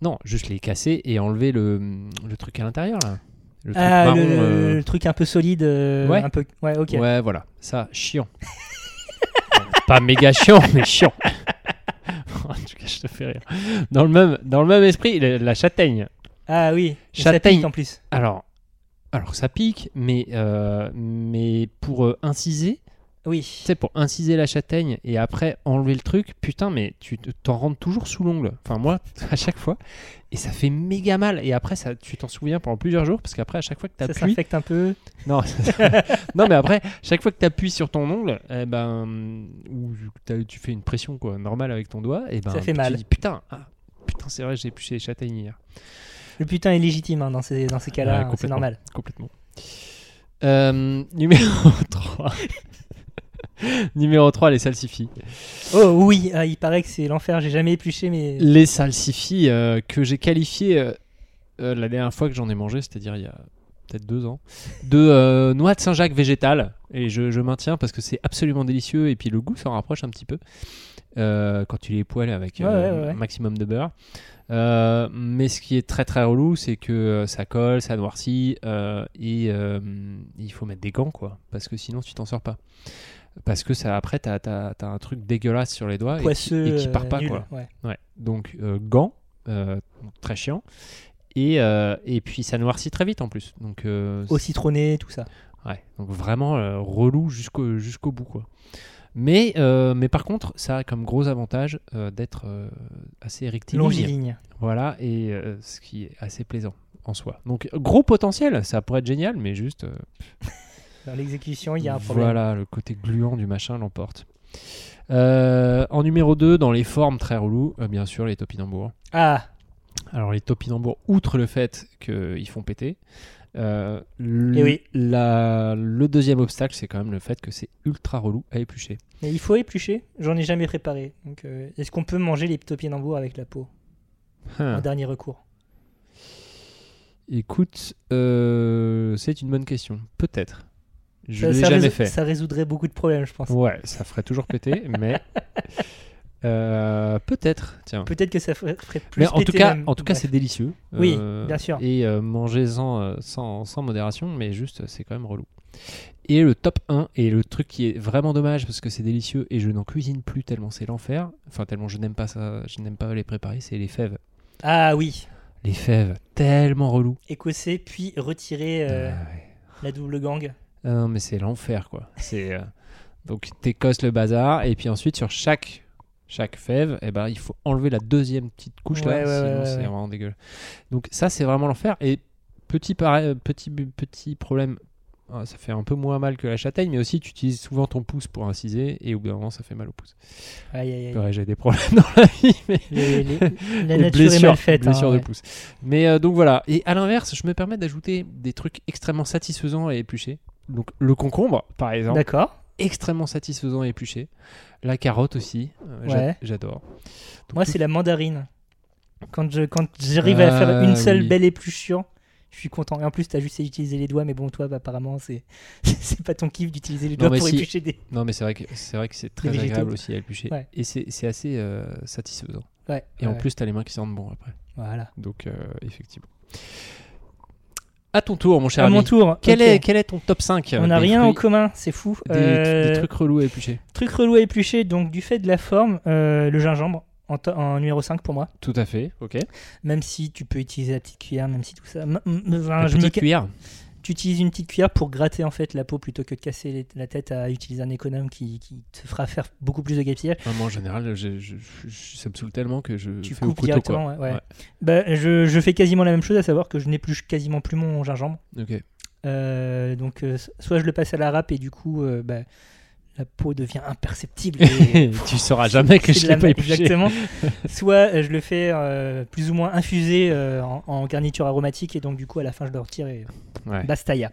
Non, juste les casser et enlever le, le truc à l'intérieur là. Le truc
ah,
marron.
le,
euh,
le truc un peu solide, euh,
Ouais.
un peu... Ouais, ok.
Ouais, voilà. Ça, chiant. pas méga chiant, mais chiant. en tout cas, je te fais rire. Dans le même, dans le même esprit, la- la châtaigne.
Ah oui, Et ça
Châtaigne.
pique en plus.
Alors, alors ça pique, mais, euh, mais pour euh, inciser,
Oui.
tu sais, pour inciser la châtaigne et après enlever le truc, putain, mais tu te- t'en rentres toujours sous l'ongle. Enfin, moi, à chaque fois. Et ça fait méga mal. Et après, ça, tu t'en souviens pendant plusieurs jours, parce qu'après, à chaque fois que
Ça
t'appuies.
s'infecte un peu.
Non, non, mais après, chaque fois que t'appuies sur ton ongle, eh ben, ou t'as- tu fais une pression quoi, normale avec ton doigt, et ben,
Ça fait
tu
mal.
dis, putain, ah, putain, c'est vrai, j'ai épluché les châtaignes hier.
Le putain est légitime hein, dans ces, dans ces cas-là,
Ouais,
hein, c'est
complètement.
normal.
Complètement. Euh, numéro 3. numéro 3, les salsifis.
Oh oui, ah, il paraît que c'est l'enfer, j'ai jamais épluché, mais.
Les salsifis euh, que j'ai qualifiés euh, euh, la dernière fois que j'en ai mangé, c'est-à-dire il y a peut-être deux ans, de euh, noix de Saint-Jacques végétale. Et je, je maintiens parce que c'est absolument délicieux et puis le goût s'en rapproche un petit peu euh, quand tu les poêles avec
Ouais,
euh,
ouais, ouais, ouais.
un maximum de beurre. Euh, mais ce qui est très très relou, c'est que euh, ça colle, ça noircit euh, et euh, il faut mettre des gants quoi, parce que sinon tu t'en sors pas. Parce que ça, après, t'as as, un truc dégueulasse sur les doigts et qui-
Poisseux.
et qui, part
euh,
pas
nul,
quoi.
ouais.
Ouais. Donc euh, gants, euh, très chiant. Et, euh, et puis ça noircit très vite en plus. Donc, euh,
Au citronné, tout ça.
ouais. Donc vraiment euh, relou jusqu'au jusqu'au bout. Quoi. Mais, euh, mais par contre, ça a comme gros avantage euh, d'être euh, assez rectiligne.
Longiligne.
Voilà, et euh, ce qui est assez plaisant en soi. Donc gros potentiel, ça pourrait être génial, mais juste euh,
Dans l'exécution, il y a un problème.
voilà, le côté gluant du machin l'emporte. Euh, en numéro 2, dans les formes très relou, euh, bien sûr les topinambours.
Ah,
Alors les topinambours, outre le fait qu'ils font péter, euh,
Eh oui.
la- le deuxième obstacle, c'est quand même le fait que c'est ultra relou à éplucher.
mais il faut éplucher, j'en ai jamais préparé. Donc, euh, est-ce qu'on peut manger les topinambours avec la peau
Hein.
en dernier recours
Écoute, euh, c'est une bonne question. Peut-être. Je
Ça-
l'ai
ça
jamais
résou-
fait.
Ça résoudrait beaucoup de problèmes, je pense.
Ouais, ça ferait toujours péter, mais euh, peut-être. Tiens.
Peut-être que ça ferait ferait plus.
Mais en tout
péter
cas,
même.
en tout cas,
Bref.
c'est délicieux.
Oui, bien sûr.
Et euh, mangez-en euh, sans, sans modération, mais juste, euh, c'est quand même relou. Et le top 1, et le truc qui est vraiment dommage parce que c'est délicieux et je n'en cuisine plus tellement c'est l'enfer, enfin tellement je n'aime pas ça, je n'aime pas les préparer, c'est les fèves.
Ah oui,
Les fèves, tellement relou.
Écossais, puis retirer euh,
Ah ouais.
la double gang.
Ah non, mais c'est l'enfer, quoi. C'est euh, donc t'écosses le bazar et puis ensuite sur chaque chaque fève, eh ben il faut enlever la deuxième petite couche
Ouais,
là,
ouais,
sinon
ouais,
c'est
ouais.
vraiment dégueulasse. Donc ça c'est vraiment l'enfer et petit pareil- petit bu- petit problème. ah, Ça fait un peu moins mal que la châtaigne, mais aussi tu utilises souvent ton pouce pour inciser et au bout d'un moment ça fait mal au pouce.
Aïe, aïe, aïe.
Ouais, J'ai des problèmes dans la vie, mais
Les- les- la
les
nature est mal faite. hein,
blessures de
ouais.
pouce. Mais euh, donc voilà. Et à l'inverse, je me permets d'ajouter des trucs extrêmement satisfaisants à éplucher. Donc le concombre, par exemple,
D'accord.
extrêmement satisfaisant à éplucher. La carotte aussi, euh, j'a-
Ouais.
j'adore. Donc,
Moi,
tout-
c'est la mandarine. Quand je quand j'arrive à faire
Ah,
une seule
oui.
belle épluchure, je suis content. Et en plus, t'as juste à utiliser les doigts, mais bon, toi, bah, apparemment, c'est c'est pas ton kiff d'utiliser les
Non,
doigts
mais
pour
si.
éplucher des.
Non, mais c'est vrai que c'est vrai que c'est très
végétaux.
agréable aussi à éplucher.
Ouais.
Et c'est c'est assez euh, satisfaisant.
Ouais.
Et en
ouais.
plus, t'as les mains qui sentent bon après.
voilà.
Donc euh, effectivement. À ton tour, mon cher
À
ami.
mon tour.
Quel,
ok.
est, quel est ton top 5
On
n'a
n'a rien en commun, c'est fou.
des,
Euh,
des trucs relous à éplucher.
Truc relou à éplucher, donc du fait de la forme, euh, le gingembre en, to- en numéro 5 pour moi.
Tout à fait, ok.
Même si tu peux utiliser la petite cuillère, même si tout ça. M- m- enfin,
La
Ah, je me
petite
ca-
cuillère.
Tu utilises une petite cuillère pour gratter en fait la peau plutôt que de casser les- la tête à utiliser un économe qui, qui te fera faire beaucoup plus de gaspillage.
Ah, moi, en général, je, je- je- je- ça me saoule tellement que je
Tu
fais au
coupes
couteau.
directement.
Quoi.
ouais, ouais. Bah, je, je fais quasiment la même chose, à savoir que je n'épluche quasiment plus mon gingembre.
Ok.
Euh, donc euh, soit je le passe à la râpe et du coup euh, bah, la peau devient imperceptible. et-
tu sauras Ah, jamais que
C'est
je
de la
l'ai pas
ma-
épluché.
Exactement. Soit euh, je le fais euh, plus ou moins infusé euh, en, en garniture aromatique et donc du coup à la fin je le retire et
Ouais.
bastaya.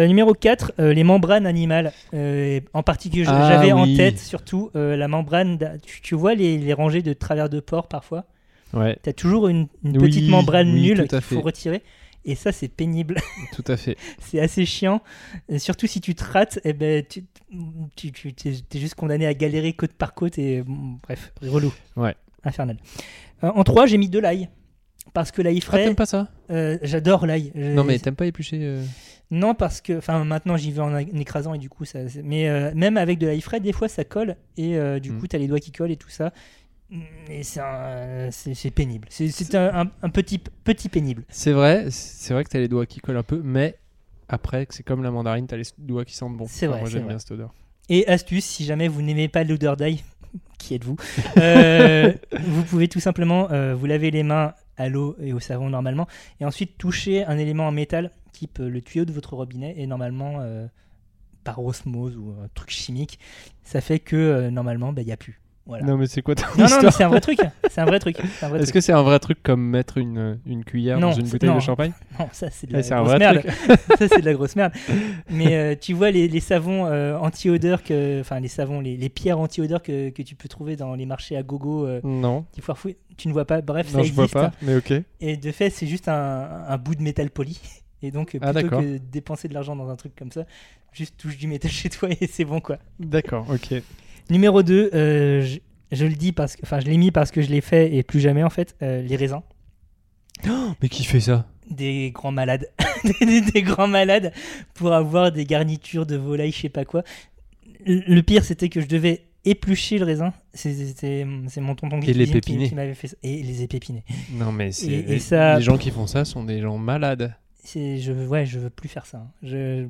Euh, numéro 4, euh, les membranes animales. Euh, et en particulier, je-
Ah
j'avais en
oui.
tête surtout euh, la membrane. d'a- Tu, tu vois les, les rangées de travers de porc parfois
Ouais,
Tu as toujours une, une
Oui,
petite membrane
oui,
nulle
tout
qu'il
à
faut
fait.
retirer. Et ça, c'est pénible.
tout à fait.
c'est assez chiant. Et surtout si tu te rates, eh ben, tu, tu, tu- t'es, t'es juste condamné à galérer côte par côte. Et, bon, bref, relou.
Ouais.
Infernal. Euh, en 3, j'ai mis de l'ail. Parce que l'ail
Ah,
frais,
t'aimes pas ça
euh, j'adore l'ail. Je-
Non, mais t'aimes pas éplucher euh,
Non, parce que. Enfin, maintenant, j'y vais en, a- en écrasant et du coup, ça. c'est- Mais euh, même avec de l'ail frais, des fois, ça colle. Et euh, du
Mm.
coup, t'as les doigts qui collent et tout ça. Mm, Et c'est, un- c'est, c'est pénible. C'est, c'est un, un- un petit, petit pénible.
C'est vrai, c'est vrai que t'as les doigts qui collent un peu, mais après, c'est comme la mandarine, t'as les doigts qui sentent bon.
C'est vrai,
Moi,
c'est
j'aime
vrai.
bien cette odeur.
Et astuce, si jamais vous n'aimez pas l'odeur d'ail, qui êtes-vous Euh, Vous pouvez tout simplement euh, vous laver les mains à l'eau et au savon normalement, et ensuite toucher un élément en métal, type euh, le tuyau de votre robinet, et normalement euh, par osmose ou un truc chimique, ça fait que euh, normalement il n'y a plus. Voilà. Non,
Non, mais c'est quoi ton
non,
histoire
mais c'est un vrai truc. C'est un vrai truc. c'est un vrai
Est-ce
truc.
que c'est un vrai truc comme mettre une, une cuillère
Non,
dans une
c'est-
bouteille
non.
de champagne
Non, ça c'est de
Ah,
la
C'est un
grosse
vrai
merde.
truc.
ça c'est de la grosse merde. Mais euh, tu vois les, les savons euh, anti-odeur que, enfin les savons, les, les pierres anti-odeur que, que tu peux trouver dans les marchés à gogo. euh,
Non,
Petit foire fouille. tu ne vois pas, bref, ça
non je vois
existe.
pas, mais ok.
Et de fait, c'est juste un, un bout de métal poli. Et donc, euh, plutôt
Ah, d'accord.
que dépenser de l'argent dans un truc comme ça, juste touche du métal chez toi et c'est bon quoi.
D'accord, ok.
Numéro 2, je, je le dis parce que, enfin, je l'ai mis parce que je l'ai fait et plus jamais en fait, euh, les raisins.
Mais qui fait ça
Des grands malades. des, des- des grands malades pour avoir des garnitures de volaille, je sais pas quoi. Le, le pire, c'était que je devais éplucher le raisin. C'est- C'était c'est mon tonton
Et les
cuisine qui,
pépiner.
qui m'avait fait ça. Et les épépiner.
Non, mais c'est.
et ça-
Les gens qui font ça sont des gens malades.
c'est je veux- ouais je veux plus faire ça hein. je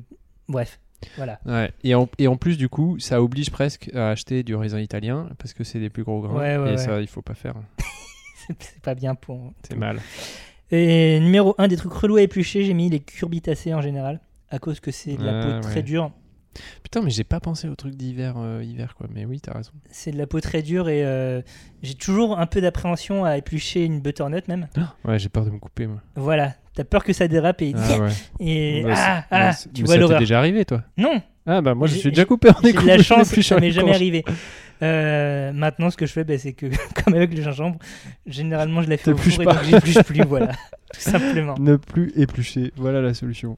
bref voilà
Ouais. Et, en, et en plus, du coup, ça oblige presque à acheter du raisin italien parce que c'est des plus gros grains.
Ouais, ouais,
et
ouais.
ça, il faut pas faire.
c'est c'est pas bien pour
C'est mal.
et numéro 1 des trucs relous à éplucher j'ai mis les curbitacées en général à cause que c'est de la
Ah,
peau très
ouais.
dure
Putain, mais j'ai pas pensé au truc d'hiver, euh, hiver quoi. Mais oui, t'as raison.
c'est de la peau très dure et euh, j'ai toujours un peu d'appréhension à éplucher une butternut même
Ouais, j'ai peur de me couper moi.
voilà t'as peur que ça dérape et
Ah ouais.
et
Bah, c'est-
ah,
bah,
ah,
c'est-
tu
mais
vois
ça t'est
l'horreur
déjà arrivé toi
non
Ah bah moi, je
J'ai-
suis déjà coupé en
j'ai de
écoute.
la chance ça m'est jamais arrivé Euh, maintenant, ce que je fais, bah, c'est que, comme avec le gingembre, généralement je la fais au
T'épluches
four et
pas.
donc j'épluche plus, voilà, tout simplement.
Ne plus éplucher, voilà la solution.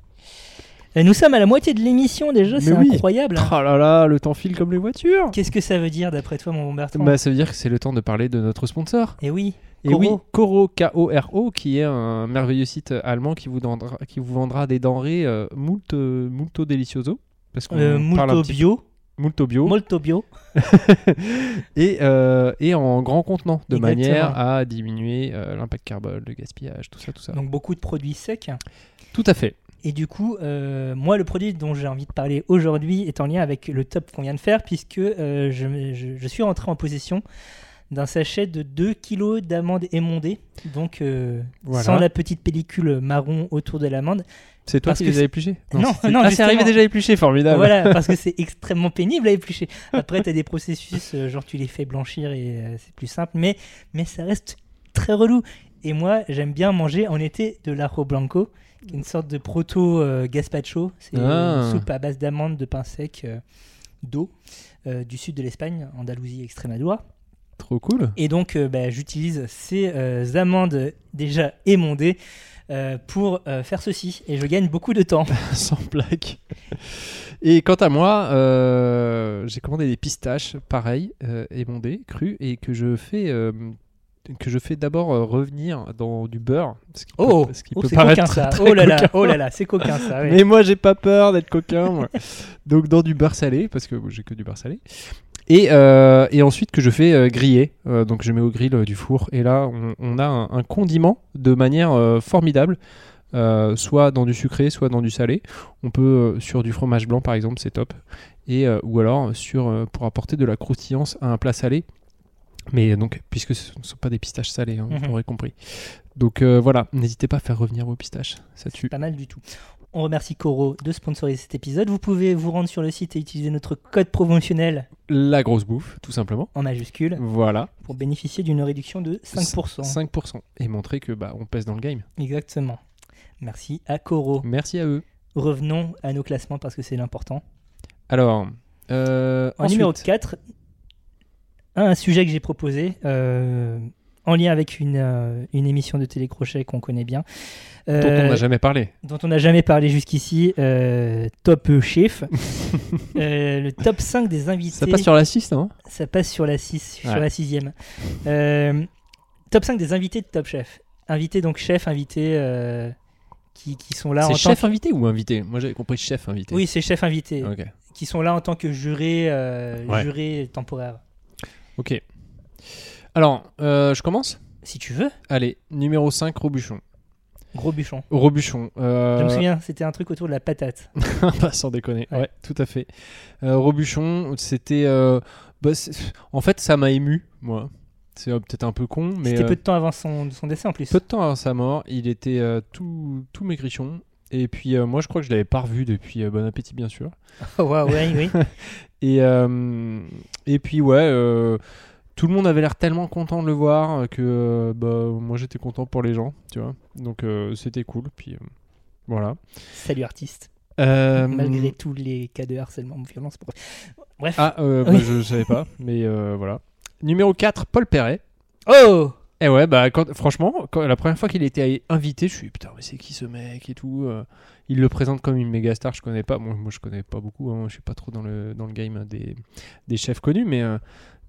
Et nous sommes à la moitié de l'émission déjà,
Mais
c'est
oui.
incroyable. hein.
Oh là là, le temps file comme les voitures.
Qu'est-ce que ça veut dire d'après toi, mon bon Bertrand
Bah ça veut dire que c'est le temps de parler de notre sponsor.
Eh oui,
Et
Koro.
oui, Koro, K-O-R-O, qui est un merveilleux site allemand qui vous, vendra, qui vous vendra des denrées euh, moult, euh, moulto delicioso. Parce qu'on
euh,
parle un
Moulto
petit
Bio,
Moulto bio.
Molto bio.
et, euh, et en grand contenant, de
Exactement.
manière à diminuer euh, l'impact carbone, le gaspillage, tout ça, tout ça.
Donc beaucoup de produits secs.
Tout à fait.
Et du coup, euh, moi, le produit dont j'ai envie de parler aujourd'hui est en lien avec le top qu'on vient de faire, puisque euh, je, je- je suis rentré en possession d'un sachet de 2 kg d'amandes émondées, donc euh,
Voilà.
sans la petite pellicule marron autour de l'amande.
C'est toi
Parce
qui
que
les as
c'est-
épluchés
Non,
c'était-
non,
Ah, c'est
justement.
arrivé déjà épluché, formidable.
Voilà, parce que c'est extrêmement pénible à éplucher. Après, tu as des processus, euh, genre tu les fais blanchir et euh, c'est plus simple, mais, mais ça reste très relou. Et moi, j'aime bien manger en été de l'arro blanco, qui est une sorte de proto euh, gazpacho. C'est
Ah.
une soupe à base d'amandes, de pain sec, euh, d'eau, euh, du sud de l'Espagne, Andalousie, Extrémadura.
Trop cool.
Et donc, euh, bah, j'utilise ces euh, amandes déjà émondées euh, pour euh, faire ceci. Et je gagne beaucoup de temps.
Sans plaque. Et quant à moi, euh, j'ai commandé des pistaches, pareil, euh, émondées, crues, et que je fais. euh, que je fais d'abord euh, revenir dans du beurre, ce qui
Oh,
peut, ce qui
Oh,
peut
c'est
paraître
coquin ça.
très, très
Oh là là,
coquin.
oh là là, c'est coquin ça. ouais.
Mais moi, j'ai pas peur d'être coquin. moi. Donc, dans du beurre salé, parce que moi, j'ai que du beurre salé. Et, euh, et ensuite, que je fais euh, griller. Euh, donc, je mets au grill euh, du four. Et là, on, on a un, un condiment de manière euh, formidable. Euh, soit dans du sucré, soit dans du salé. On peut euh, sur du fromage blanc par exemple, c'est top. Et euh, ou alors sur euh, pour apporter de la croustillance à un plat salé. Mais euh, donc puisque ce ne sont pas des pistaches salées, hein,
Mhm.
vous l'aurez compris. Donc euh, voilà, n'hésitez pas à faire revenir vos pistaches, ça tue.
Pas mal du tout. On remercie Coro de sponsoriser cet épisode. Vous pouvez vous rendre sur le site et utiliser notre code promotionnel
La grosse bouffe, tout simplement.
en majuscule
Voilà,
pour bénéficier d'une réduction de 5%.
5%. Et montrer que bah on pèse dans le game.
Exactement. Merci à Coro.
Merci à eux.
Revenons à nos classements parce que c'est l'important.
Alors, euh,
En
ensuite,
numéro 4, un sujet que j'ai proposé euh, en lien avec une, euh, une émission de télécrochet qu'on connaît bien,
dont on
euh,
n'a jamais parlé.
dont on n'a jamais parlé jusqu'ici, euh, Top Chef. Euh, le top 5 des invités.
Ça passe sur la 6, non
Ça passe sur la 6,
Ouais.
sur la sixième. Euh, top 5 des invités de Top Chef. Invités donc chef, invités euh, qui, qui sont là en
C'est chef
tant
invité ou invité Moi j'avais compris chef invité.
que... Oui, c'est chef invité,
Ok.
qui sont là en tant que jurés, euh,
Ouais.
jurés temporaires.
Ok. Alors, euh, je commence
Si tu veux,
Allez, numéro 5, Robuchon.
gros bûchon.
Robuchon. euh,
Je me souviens, c'était un truc autour de la patate.
bah, sans déconner. Ouais.
Ouais.
tout à fait. Euh, Robuchon, c'était. euh, bah, c'est- en fait, ça m'a ému, moi. C'est euh, peut-être un peu con, mais.
C'était
euh,
peu de temps avant son, son décès en plus.
Peu de temps avant sa mort, il était euh, tout, tout maigrichon. Et puis euh, moi, je crois que je l'avais pas revu depuis euh, Bon Appétit, bien sûr.
Oh, waouh, ouais, oui.
Et, euh, et puis ouais, euh, tout le monde avait l'air tellement content de le voir euh, que euh, bah, moi j'étais content pour les gens, tu vois. Donc euh, c'était cool. Puis euh, voilà.
Salut artiste.
Euh,
Malgré tous les cas de harcèlement, de violence. Bref.
Ah, euh, bah,
Oui.
je savais pas, mais euh, voilà. Numéro 4, Paul Perret.
Oh
Et ouais, bah quand, franchement, quand- la première fois qu'il était invité, je suis putain, mais c'est qui ce mec et tout. euh, il le présente comme une méga star, je connais pas. Moi, moi je connais pas beaucoup, hein, je suis pas trop dans le, dans le game des, des chefs connus, mais, euh,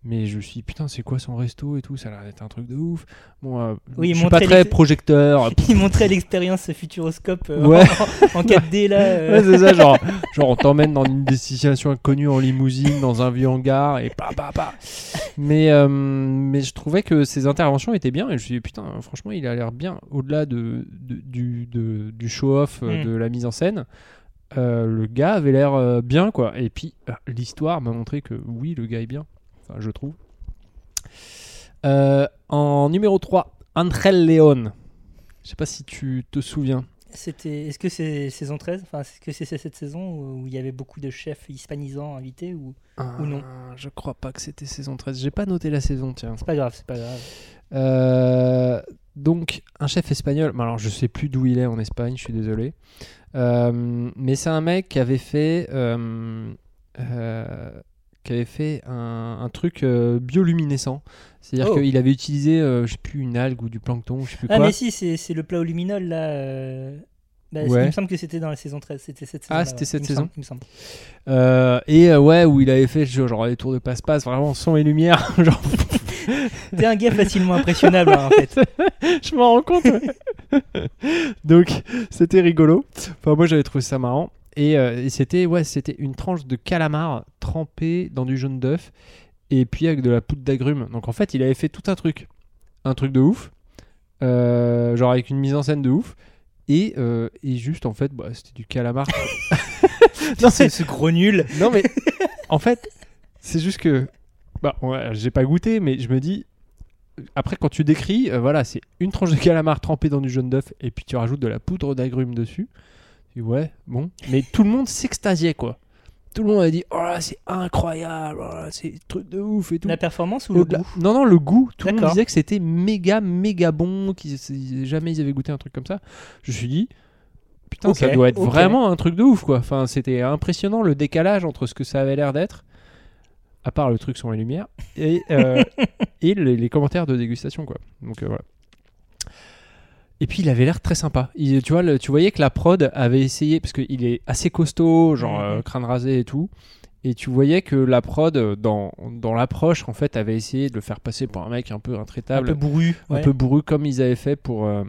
mais je me suis dit, putain, c'est quoi son resto et tout Ça a l'air d'être un truc de ouf. Bon, euh,
Oui,
je suis
montrer
pas très
les-
projecteur.
Il montrait l'expérience futuroscope euh,
Ouais.
en, en 4D là. euh.
Ouais, c'est ça, genre, genre on t'emmène dans une destination inconnue en limousine, dans un vieux hangar et pa pa pa. Mais, euh, mais je trouvais que ses interventions étaient bien et je me suis dit, putain, franchement, il a l'air bien au-delà de, de- du, de- du show-off, euh,
Mm.
de la mise en scène. euh, le gars avait l'air euh, bien, quoi. Et puis, euh, l'histoire m'a montré que oui, le gars est bien. Enfin, je trouve. Euh, en numéro 3, Angel Leon. Je sais pas si tu te souviens.
C'était. Est-ce que c'est saison 13 Enfin, est-ce que c'est cette saison où où il y avait beaucoup de chefs hispanisants invités ou Ou non.
Ah, Je crois pas que c'était saison 13. J'ai pas noté la saison, tiens.
C'est pas grave, c'est pas grave.
Euh, donc, un chef espagnol. mais alors, je sais plus d'où il est en Espagne, je suis désolé. Euh, mais c'est un mec qui avait fait. euh, euh, qui avait fait un, un truc euh, bioluminescent. C'est-à-dire
Oh.
qu'il avait utilisé, euh, je sais plus, une algue ou du plancton, je sais plus
Ah
quoi.
mais si, c'est c'est le plat au luminol là. euh, bah,
Ouais.
Il me semble que c'était dans la saison 13, c'était cette saison.
Ah, c'était cette saison.
il me semble.
Euh, et euh, ouais, où il avait fait genre, genre, les tours de passe-passe, vraiment son et lumière. genre,
T'es un gars facilement impressionnable hein, en fait.
je m'en rends compte. ouais. Donc, c'était rigolo. Enfin, moi, j'avais trouvé ça marrant. Et, euh, et c'était ouais, c'était une tranche de calamar trempée dans du jaune d'œuf et puis avec de la poudre d'agrumes. Donc en fait, il avait fait tout un truc, un truc de ouf, euh, genre avec une mise en scène de ouf. Et, euh, et juste en fait, bah, c'était du calamar. non,
C'est
c'est-
ce gros nul.
non mais en fait, c'est juste que bah ouais, j'ai pas goûté, mais je me dis après quand tu décris, euh, voilà, c'est une tranche de calamar trempée dans du jaune d'œuf et puis tu rajoutes de la poudre d'agrumes dessus. Et ouais, bon, mais tout le monde s'extasiait quoi. Tout le monde a dit oh là c'est incroyable, oh là, c'est truc de ouf et tout.
La performance ou
Le
le
gla-
goût
Non, non, le goût. Tout le monde
D'accord.
disait que c'était méga, méga bon. qu'ils c'est- jamais ils avaient goûté un truc comme ça. Je me suis dit, putain, ça
Ok,
doit être
ok.
vraiment un truc de ouf, quoi. Enfin, c'était impressionnant le décalage entre ce que ça avait l'air d'être, à part le truc sur les lumières, et, euh, et les, les commentaires de dégustation, quoi. Donc euh, voilà. Et puis il avait l'air très sympa. Il- tu, vois, le- tu voyais que la prod avait essayé, parce qu'il est assez costaud, genre
Mhm.
euh, crâne rasé et tout. Et tu voyais que la prod, euh, dans, dans l'approche, en fait, avait essayé de le faire passer pour un mec un peu
Un
intraitable,
peu bourru.
un
ouais,
peu bourru, comme ils avaient fait pour euh,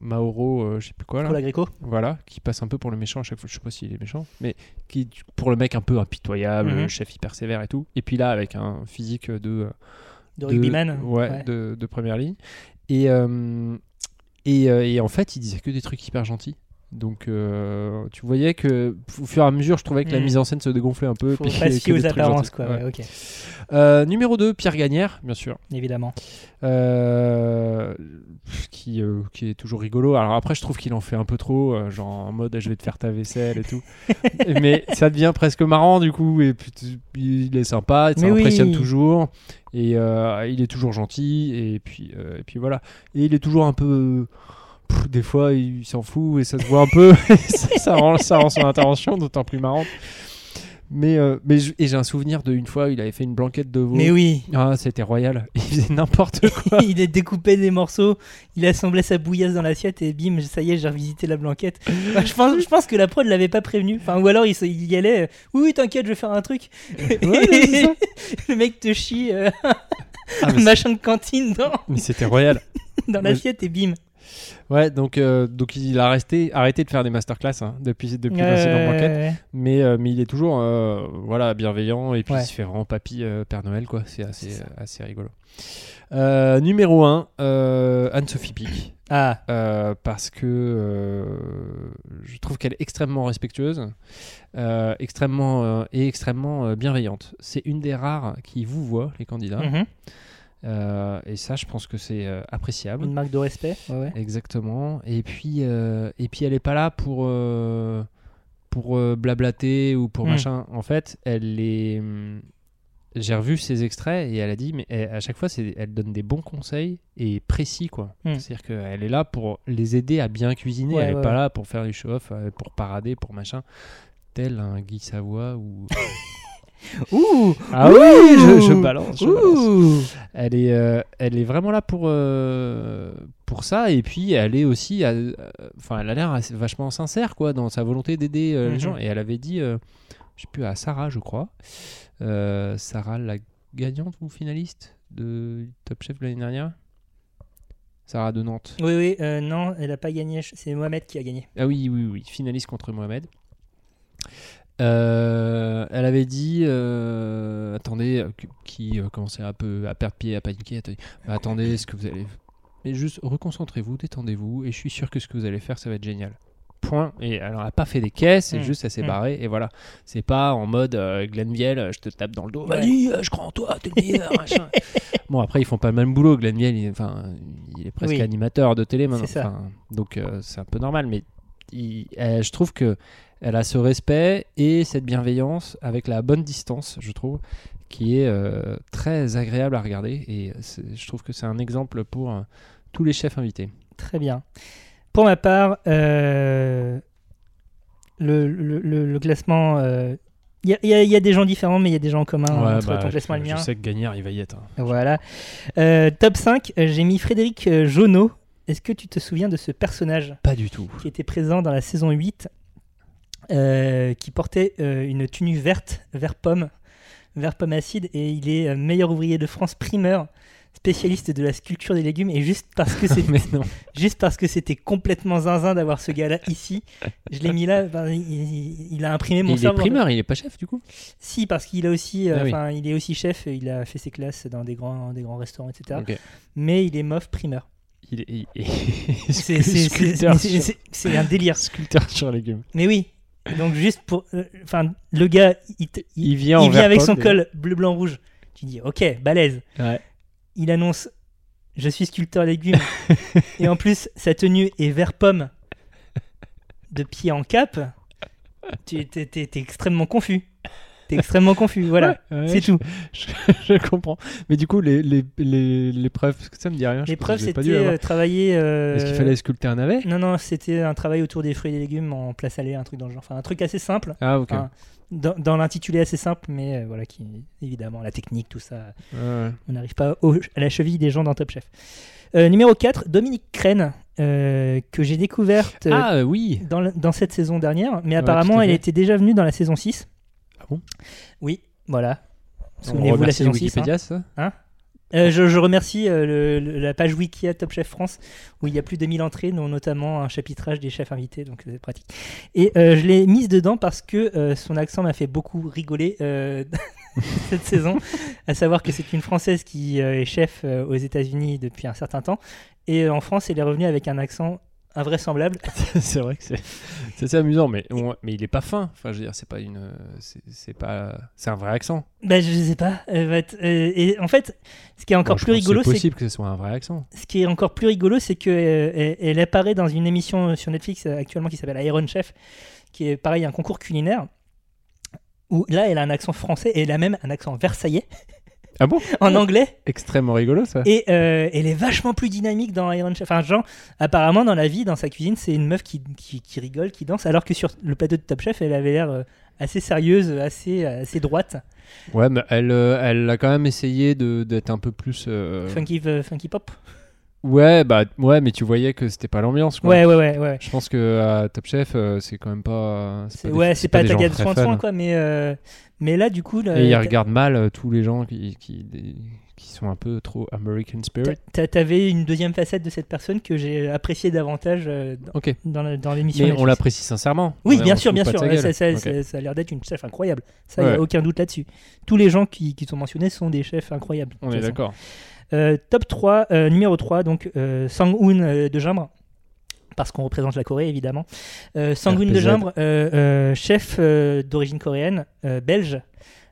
Mauro, euh, je sais plus quoi, là.
Pour l'agrico.
Voilà, qui passe un peu pour le méchant à chaque fois. Je sais pas s'il est méchant, mais qui pour le mec un peu impitoyable,
Mhm.
chef hyper sévère et tout. Et puis là, avec un physique de. euh,
De rugbyman.
ouais, De, de première ligne. Et, euh, et, euh, et en fait, il disait que des trucs hyper gentils. Donc, euh, tu voyais que au fur et à mesure, je trouvais que la
Mm.
mise en scène se dégonflait un peu.
Faut
puis
pas
que
se fier
des
aux
trucs
apparences,
gentils.
quoi.
Ouais.
ouais, ok,
Euh, numéro 2, Pierre Gagnère, bien sûr.
évidemment.
Euh, qui, euh, qui est toujours rigolo. Alors après, je trouve qu'il en fait un peu trop, euh, genre en mode je vais te faire ta vaisselle et tout. Mais ça devient presque marrant du coup. Et puis tu- il est sympa, ça
Mais oui.
impressionne toujours. Et euh, il est toujours gentil. Et puis, euh, et puis voilà. Et il est toujours un peu. pff, des fois, il s'en fout et ça se voit un peu. ça, ça rend, ça rend son intervention d'autant plus marrante. Mais, euh, mais je- et j'ai un souvenir de une fois, il avait fait une blanquette de veau.
Mais oui,
Ah, c'était royal. Il faisait n'importe quoi.
il a découpé des morceaux, il assemblait sa bouillasse dans l'assiette et bim, ça y est, j'ai revisité la blanquette. Enfin, je, pense, je pense que la prod l'avait pas prévenu. Enfin, ou alors il, se- il y allait, euh, oui, oui, t'inquiète, je vais faire un truc. le mec te chie euh,
Ah,
un
mais,
machin de cantine dans,
mais c'était royal.
dans
Mais-
l'assiette et bim.
Ouais, donc, euh, donc il a resté, arrêté de faire des masterclass hein, depuis, depuis l'incident de
Ouais,
banquette.
ouais, ouais.
Mais, euh, mais il est toujours euh, voilà, bienveillant et puis
Ouais.
il se fait vraiment papy euh, Père Noël. quoi. C'est assez,
C'est ça.
assez rigolo. Euh, numéro 1, Anne-Sophie Pic.
Ah,
Euh, parce que euh, je trouve qu'elle est extrêmement respectueuse euh, extrêmement, euh, et extrêmement euh, bienveillante. C'est une des rares qui vous voit, les candidats.
mhm.
Euh, et ça, je pense que c'est euh, appréciable.
une marque de respect. Ouais, ouais.
Exactement. Et puis, euh, et puis elle n'est pas là pour, euh, pour euh, blablater ou pour
Mm.
machin. En fait, elle est. hum, J'ai revu ses extraits et elle a dit, mais elle- à chaque fois, c'est- elle donne des bons conseils et précis, quoi.
Mm.
C'est-à-dire qu'elle est là pour les aider à bien cuisiner.
Ouais,
elle n'est
ouais,
pas
ouais.
là pour faire du show-off, euh, pour parader, pour machin. Tel un Guy Savoie ou.
Ouh,
ah oui, je, je
Ouh
balance. je balance.
ouh.
Elle est, euh, elle est vraiment là pour, euh, pour ça. Et puis, elle est aussi. à- euh, Enfin, elle a l'air assez- vachement sincère, quoi, dans sa volonté d'aider euh, les
Mhm.
gens. Et elle avait dit, euh, je sais plus, à Sarah, je crois. Euh, Sarah, la gagnante ou finaliste de Top Chef de l'année dernière Sarah de Nantes.
Oui, oui, euh, non, elle a pas gagné. C'est Mohamed qui a gagné.
Ah oui, oui, oui, finaliste contre Mohamed. Euh, elle avait dit, euh, attendez, euh, qui- qui euh, commençait un peu à perdre pied, à paniquer, attendez, Bah, attendez, ce que vous allez... Mais juste reconcentrez-vous, détendez-vous, et je suis sûr que ce que vous allez faire, ça va être génial. Point. Et alors, elle n'a pas fait des caisses, et
Mm.
juste, elle s'est
Mm.
barrée, et voilà. C'est pas en mode euh, Glenviel, euh, je te tape dans le dos,
Ouais.
vas-y, euh, je crois en toi, t'es le meilleur, machin. Bon, après, ils font pas le même boulot. Glenviel, il, enfin, il est presque
Oui.
animateur de télé maintenant.
C'est ça.
Enfin, donc, euh, c'est un peu normal, mais il- euh, je trouve que elle a ce respect et cette bienveillance avec la bonne distance, je trouve, qui est euh, très agréable à regarder. Et c'est- je trouve que c'est un exemple pour euh, tous les chefs invités.
Très bien. Pour ma part, euh, le, le- le- le classement. euh, Il y, a- il y a- il y a des gens différents, mais il y a des gens en commun hein,
bah,
entre ton classement et le mien.
que Gagnard, il hein. va y être.
Voilà. Euh, top 5, euh, j'ai mis Frédéric euh, Jonot. Est-ce que tu te souviens de ce personnage
Pas du tout.
qui était présent dans la saison 8, euh, qui portait euh, une tenue verte, vert pomme, vert pomme acide, et il est euh, meilleur ouvrier de France primeur spécialiste de la sculpture des légumes et juste parce que c'est
Mais non.
juste parce que c'était complètement zinzin d'avoir ce gars-là ici, je l'ai mis là. ben, il- il, il a imprimé
Et
mon
il est
cerveau.
primeur, il est pas chef du coup.
Si, parce qu'il a aussi, euh,
Ah oui.
enfin, il est aussi chef. et Il a fait ses classes dans des grands, des grands restaurants, etc.
Ok.
Mais il est mof primeur.
Il est, il est-
C'est- c'est- c'est-
sculpteur,
mais
sur,
c'est- c'est- C'est un délire.
sculpteur sur légumes.
Mais oui. Donc juste pour, euh, enfin, le gars, il, te- il-
Il vient, en
il vient
vert
avec
pop,
son
et-
col bleu, blanc, rouge. Tu dis, ok, balèze.
Ouais.
Il annonce, je suis sculpteur légumes. et en plus, sa tenue est vert pomme, de pied en cap. Tu t'es t'es- t'es extrêmement confus. T'es extrêmement confus, voilà.
Ouais,
C'est tout.
je comprends. Mais du coup, les, les, les, les preuves, parce que ça me dit rien. je pense
L'épreuve,
que j'ai pas
c'était
dû avoir.
euh, travailler. euh,
Est-ce qu'il fallait sculpter un navet
Non, non, c'était un travail autour des fruits et des légumes en place allée, un truc dans le genre. Enfin, un truc assez simple.
Ah, ok.
Enfin, dans dans l'intitulé assez simple, mais euh, voilà, qui évidemment, la technique, tout ça.
Ouais, ouais.
On n'arrive pas au- à la cheville des gens dans Top Chef. Euh, numéro 4, Dominique Crène, euh, que j'ai découverte euh,
Ah, oui.
dans, la- dans cette saison dernière, mais
Ouais,
apparemment
tout à
elle
fait.
était déjà venue dans la saison 6.
Ah bon
Oui, voilà.
On
Souvenez-vous la
remercie
saison 6. hein.
Wikipédia, ça
Euh, je, je remercie euh, le- le- la page Wiki à Top Chef France où il y a plus de 1000 entrées, dont notamment un chapitrage des chefs invités, donc c'est pratique. Et euh, je l'ai mise dedans parce que euh, son accent m'a fait beaucoup rigoler euh, cette saison, à savoir que c'est une Française qui euh, est chef euh, aux États-Unis depuis un certain temps, et euh, en France, elle est revenue avec un accent invraisemblable.
c'est vrai que c'est c'est assez amusant, mais, on- mais il est pas fin. Enfin, je veux dire, c'est pas une, c'est c'est pas, c'est un vrai accent.
Bah, je sais pas. euh, va être- euh, et en fait, ce qui est encore
Moi, je
plus
pense que
rigolo,
C'est
c'est
possible que ce soit un vrai accent.
ce qui est encore plus rigolo, c'est que euh, elle, elle apparaît dans une émission sur Netflix euh, actuellement qui s'appelle Iron Chef, qui est pareil un concours culinaire. Où là, elle a un accent français et elle a même un accent versaillais
Ah bon
en anglais.
Extrêmement rigolo ça.
Et euh, elle est vachement plus dynamique dans Iron Chef. Enfin, genre, apparemment, dans la vie, dans sa cuisine, c'est une meuf qui, qui, qui rigole, qui danse, alors que sur le plateau de Top Chef, elle avait l'air euh, assez sérieuse, assez, euh, assez droite.
Ouais, mais elle, euh, elle a quand même essayé de- d'être un peu plus. euh,
Funky, euh, funky pop.
Ouais, bah ouais, mais tu voyais que c'était pas l'ambiance. quoi.
Ouais, ouais, ouais. ouais.
Je pense que à Top Chef, euh, c'est quand même pas.
C'est-
des-
ouais, c'est pas,
des
ta
gens
gamme
très
soin de soin,
fun.
quoi, mais, euh, mais là, du coup. là,
Et ils
t'as-
regardent mal euh, tous les gens qui, qui, des- qui sont un peu trop American Spirit.
T'a- T'avais une deuxième facette de cette personne que j'ai appréciée davantage euh, dans-
Ok.
dans la- dans l'émission.
Mais on
Netflix.
l'apprécie sincèrement.
Oui,
On-
bien
on se
sûr,
fout
bien
pas de
sûr.
sa
Ouais, Ça,
gueule.
ça-
Ok.
ça- ça a l'air d'être une chef incroyable. Ça, il a
Ouais.
aucun doute là-dessus. Tous les gens qui, qui sont mentionnés sont des chefs incroyables.
On
de toute
est
façon.
d'accord.
Euh, top 3, euh, numéro 3, donc euh, Sang-hoon euh, de Gimbre. Parce qu'on représente la Corée, évidemment. Euh, Sang-hoon de
RPZ.
Gimbre, euh, euh, chef euh, d'origine coréenne, euh, belge,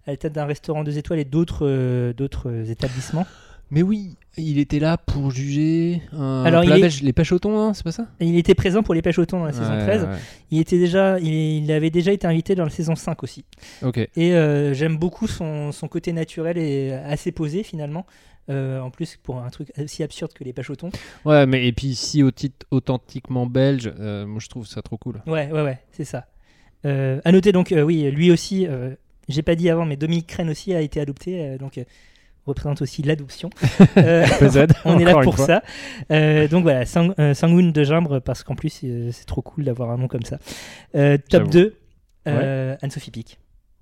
à la tête d'un restaurant deux étoiles et d'autres euh, d'autres établissements.
Mais oui, il était là pour juger un
Alors,
plat
il est-
belge, les pêches au thon, hein, c'est pas ça
Et il était présent pour les pêches au thon dans la saison
Ouais,
13.
ouais.
Il, était déjà, il, il avait déjà été invité dans la saison 5 aussi.
Ok.
Et euh, j'aime beaucoup son, son côté naturel et assez posé, finalement. Euh, en plus, pour un truc aussi absurde que les pêches au thon.
Ouais, mais et puis si au titre authentiquement belge, euh, moi je trouve ça trop cool.
Ouais, ouais, ouais, c'est ça. Euh, à noter donc, euh, oui, lui aussi, euh, j'ai pas dit avant, mais Dominique Crène aussi a été adopté, euh, donc euh, représente aussi l'adoption. Euh,
PZ,
on est là
encore une
pour
fois.
ça. Euh, donc voilà, Sang- euh, Sangoon de Gimbre, parce qu'en plus, euh, c'est trop cool d'avoir un nom comme ça. Euh, top
J'avoue.
2, euh, Anne-Sophie Pic.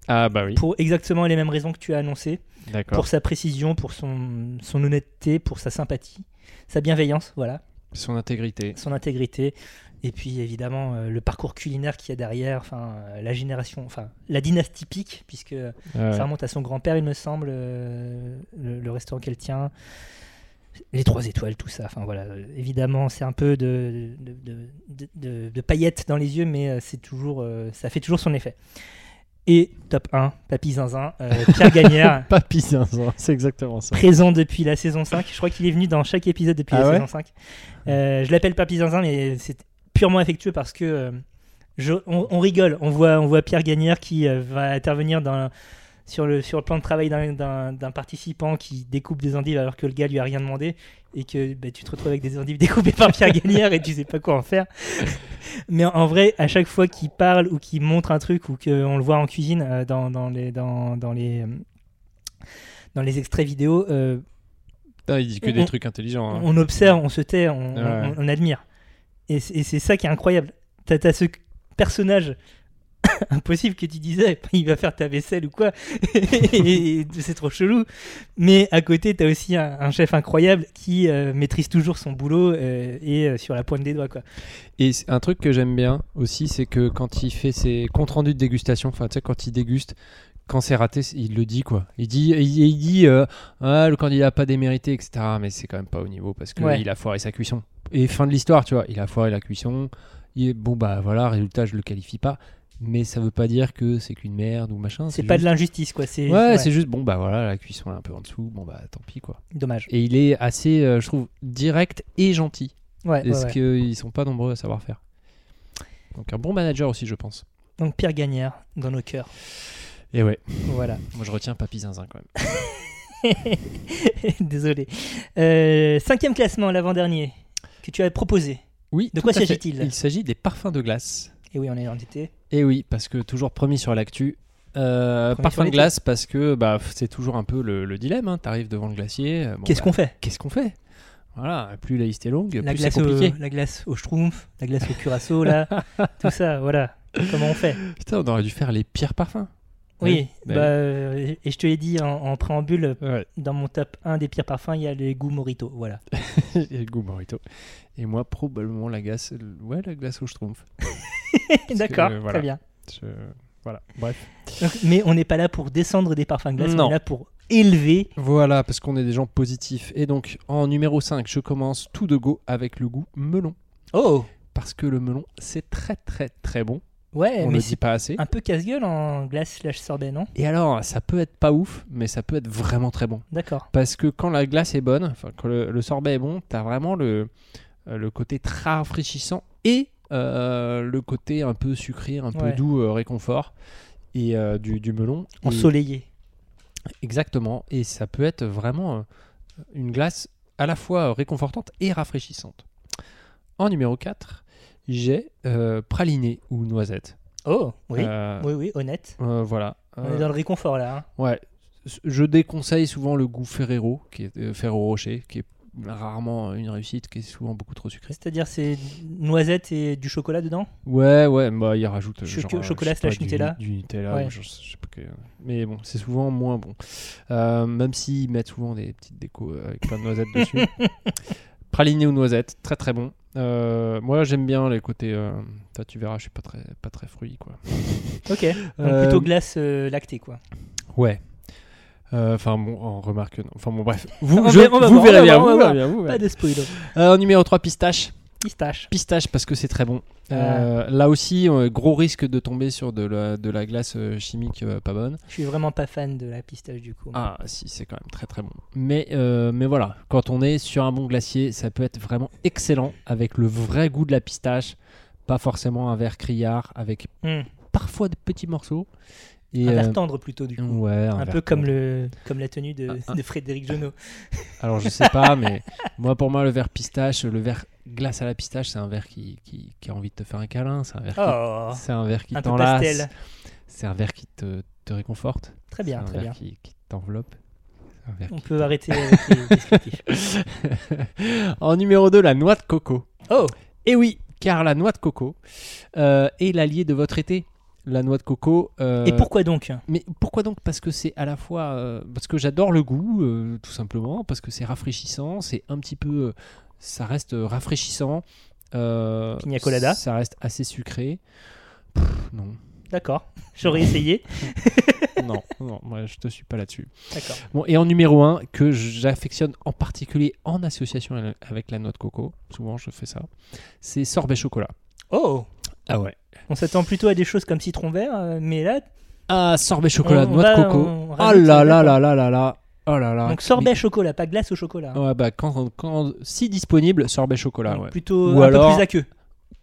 Ah bah oui,
Pour exactement les mêmes raisons que tu as annoncées,
d'accord.
pour sa précision, pour son, son honnêteté, pour sa sympathie, sa bienveillance, voilà
Son intégrité.
son intégrité et puis évidemment euh, le parcours culinaire qu'il y a derrière enfin euh, la génération enfin la dynastie pique puisque
Ouais.
ça remonte à son grand-père il me semble euh, le, le restaurant qu'elle tient les trois étoiles tout ça enfin voilà euh, évidemment c'est un peu de de, de- de- de- de paillettes dans les yeux mais euh, c'est toujours euh, ça fait toujours son effet et top 1 papy zinzin euh, Pierre Gagnère
Papy Zinzin, c'est exactement ça.
présent depuis la saison 5. Je crois qu'il est venu dans chaque épisode depuis
Ah
la
ouais
saison 5. Euh, je l'appelle Papy Zinzin, mais c'est purement affectueux parce que euh, je- on, on rigole. On voit, on voit Pierre Gagnère qui euh, va intervenir dans, sur, le, sur le plan de travail d'un- d'un d'un participant qui découpe des endives alors que le gars lui a rien demandé et que bah, tu te retrouves avec des endives découpées par Pierre Gagnère et tu sais pas quoi en faire. Mais en- en vrai, à chaque fois qu'il parle ou qu'il montre un truc ou qu'on le voit en cuisine euh, dans, dans les, dans, dans les, euh, dans les extraits vidéo, euh,
Putain, il dit que
On-
des trucs intelligents. hein.
on observe, on se tait, on,
Ouais.
on- on admire. Et c'est et c'est ça qui est incroyable. T'as as ce personnage impossible que tu disais, il va faire ta vaisselle ou quoi, et c'est trop chelou. Mais à côté, t'as aussi un, un chef incroyable qui euh, maîtrise toujours son boulot euh, et euh, sur la pointe des doigts, quoi.
Et c'est un truc que j'aime bien aussi, c'est que quand il fait ses comptes rendus de dégustation, enfin tu sais, quand il déguste, quand c'est raté, c'est- il le dit quoi. Il dit, il, il dit euh, Ah, le candidat a pas démérité, etc. Mais c'est quand même pas au niveau parce qu'il
Ouais.
a foiré sa cuisson. Et fin de l'histoire, tu vois, il a foiré la cuisson. Il, est- bon, bah voilà, résultat, je le qualifie pas. Mais ça veut pas dire que c'est qu'une merde ou machin.
C'est pas de
juste-
l'injustice, quoi. C'est
Ouais,
ouais.
c'est juste, bon, bah voilà, la cuisson elle est un peu en dessous, bon, bah tant pis quoi.
dommage.
Et il est assez, euh, je trouve, direct et gentil.
Ouais, ouais,
Parce
ouais.
qu'ils sont pas nombreux à savoir faire. Donc un bon manager aussi, je pense.
Donc Pierre Gagnère dans nos cœurs.
Et Eh ouais,
Voilà.
moi je retiens Papy Zinzin quand même.
Désolé. Euh, cinquième classement, l'avant-dernier, que tu avais proposé.
Oui.
De
tout
quoi
à fait.
s'agit-il
Il s'agit des parfums de glace.
Et oui, on est en été.
Et Eh oui, parce que toujours promis sur l'actu.
Promis
Euh,
sur
parfum de
l'été.
glace parce que bah, f- c'est toujours un peu le, le dilemme. Hein. T'arrives devant le glacier. euh, bon,
Qu'est-ce
bah,
qu'on fait
qu'est-ce qu'on fait Voilà, plus la liste est longue,
la
plus c'est
glace, euh, au,
compliqué.
la glace au schtroumpf, la glace au curaçao, là, tout ça, voilà. Comment on fait
Putain, on aurait dû faire les pires parfums.
Oui,
bah
bah, euh, et je te l'ai dit en, en préambule,
Ouais,
dans mon top 1 des pires parfums, il y a les goûts Morito, voilà.
et le goût Morito. Et moi, probablement la glace, ouais, la glace au schtroumpf.
D'accord,
que, euh, voilà.
très bien.
Je- Voilà, bref.
Donc, mais on n'est pas là pour descendre des parfums de glace,
Non.
on est là pour élever.
Voilà, parce qu'on est des gens positifs. Et donc, en numéro 5, je commence tout de go avec le goût melon.
Oh
Parce que le melon, c'est très très très bon.
Ouais,
On ne
Eh, mais
le
c'est
dit pas assez.
un peu casse-gueule en glace slash sorbet, non
Et alors, ça peut être pas ouf, mais ça peut être vraiment très bon.
D'accord.
Parce que quand la glace est bonne, enfin, quand le, le sorbet est bon, t'as vraiment le, euh, le côté très rafraîchissant et euh, le côté un peu sucré, un peu
Ouais.
doux, euh, réconfort et euh, du, du melon. Et-
Ensoleillé.
Exactement, et ça peut être vraiment euh, une glace à la fois euh, réconfortante et rafraîchissante. En numéro 4, j'ai euh, praliné ou noisette.
Oh, oui,
Euh,
oui, oui, honnête.
euh, voilà.
On est
Euh,
dans le réconfort, là. hein.
ouais. Je déconseille souvent le goût Ferrero, qui est, euh, Ferrero Rocher, qui est rarement une réussite, qui est souvent beaucoup trop sucré.
C'est-à-dire, c'est noisettes et du chocolat dedans
Ouais, ouais, bah, il rajoute. euh,
Choco-
genre, euh,
chocolat
je sais pas,
slash
du-
Nutella.
Du Nutella,
Ouais.
ou je, je sais pas que- Mais bon, c'est souvent moins bon. Euh, même s'ils mettent souvent des petites décos euh, avec plein de noisettes dessus. Praliné ou noisettes, très très bon. Euh, moi j'aime bien les côtés. euh, toi, tu verras, je suis pas très, pas très fruit quoi.
Ok. Donc
Euh,
plutôt glace euh, lactée, quoi.
Ouais. Euh, Enfin bon, en remarque, non. Enfin bon, bref. Vous,
On
je-
va- on va
vous
voir, on
verrez
va
bien,
voir, on
vous
va
verrez bien, vous
Pas
verrez
de spoiler.
bien. Euh, numéro 3, pistache.
Pistache.
Pistache parce que c'est très bon.
Ah.
Euh, là aussi, euh, gros risque de tomber sur de la, de la glace euh, chimique euh, pas bonne.
Je suis vraiment pas fan de la pistache du coup.
Ah si, c'est quand même très très bon. Mais, euh, mais voilà, quand on est sur un bon glacier, ça peut être vraiment excellent avec le vrai goût de la pistache, pas forcément un verre criard, avec
Hmm.
parfois des petits morceaux. Et,
un verre
euh,
tendre plutôt du coup.
ouais,
un peu comme, le, comme la tenue de,
Un- un-
de Frédéric Jonot.
Alors je sais pas, mais moi pour moi le verre pistache, le verre glace à la pistache, c'est un verre qui, qui, qui a envie de te faire un câlin, c'est un verre qui
Oh,
C'est un verre qui
un peu
t'enlace.
pastel.
C'est un verre qui te, te réconforte.
Très bien,
C'est un
très
verre
bien.
qui, qui t'enveloppe. C'est un verre
On
qui
peut
t'en-
arrêter avec les descriptifs.
en numéro 2, la noix de coco.
Oh,
Et oui, car la noix de coco euh, est l'allié de votre été. La noix de coco. euh,
et pourquoi donc
mais pourquoi donc Parce que c'est à la fois. euh, parce que j'adore le goût, euh, tout simplement, parce que c'est rafraîchissant, c'est un petit peu. euh, ça reste euh, rafraîchissant. euh,
Pina colada.
Ça reste assez sucré. Pff, non,
D'accord, j'aurais essayé.
non, non, moi je te suis pas là-dessus.
D'accord.
Bon, et en numéro 1, que j'affectionne en particulier en association avec la noix de coco, souvent je fais ça, c'est sorbet chocolat.
Oh,
Ah ouais
on s'attend plutôt à des choses comme citron vert, euh, mais là,
Ah, sorbet chocolat,
On- on
noix
va-
de coco.
on
Oh
rajoute,
là
d'accord.
là là là là là Oh là là
donc sorbet
Mais-
chocolat, pas glace au chocolat. hein.
Ouais, bah quand, quand- si disponible, sorbet chocolat,
Donc
Oh ouais.
Plutôt
Ou
un
alors-
peu plus aqueux.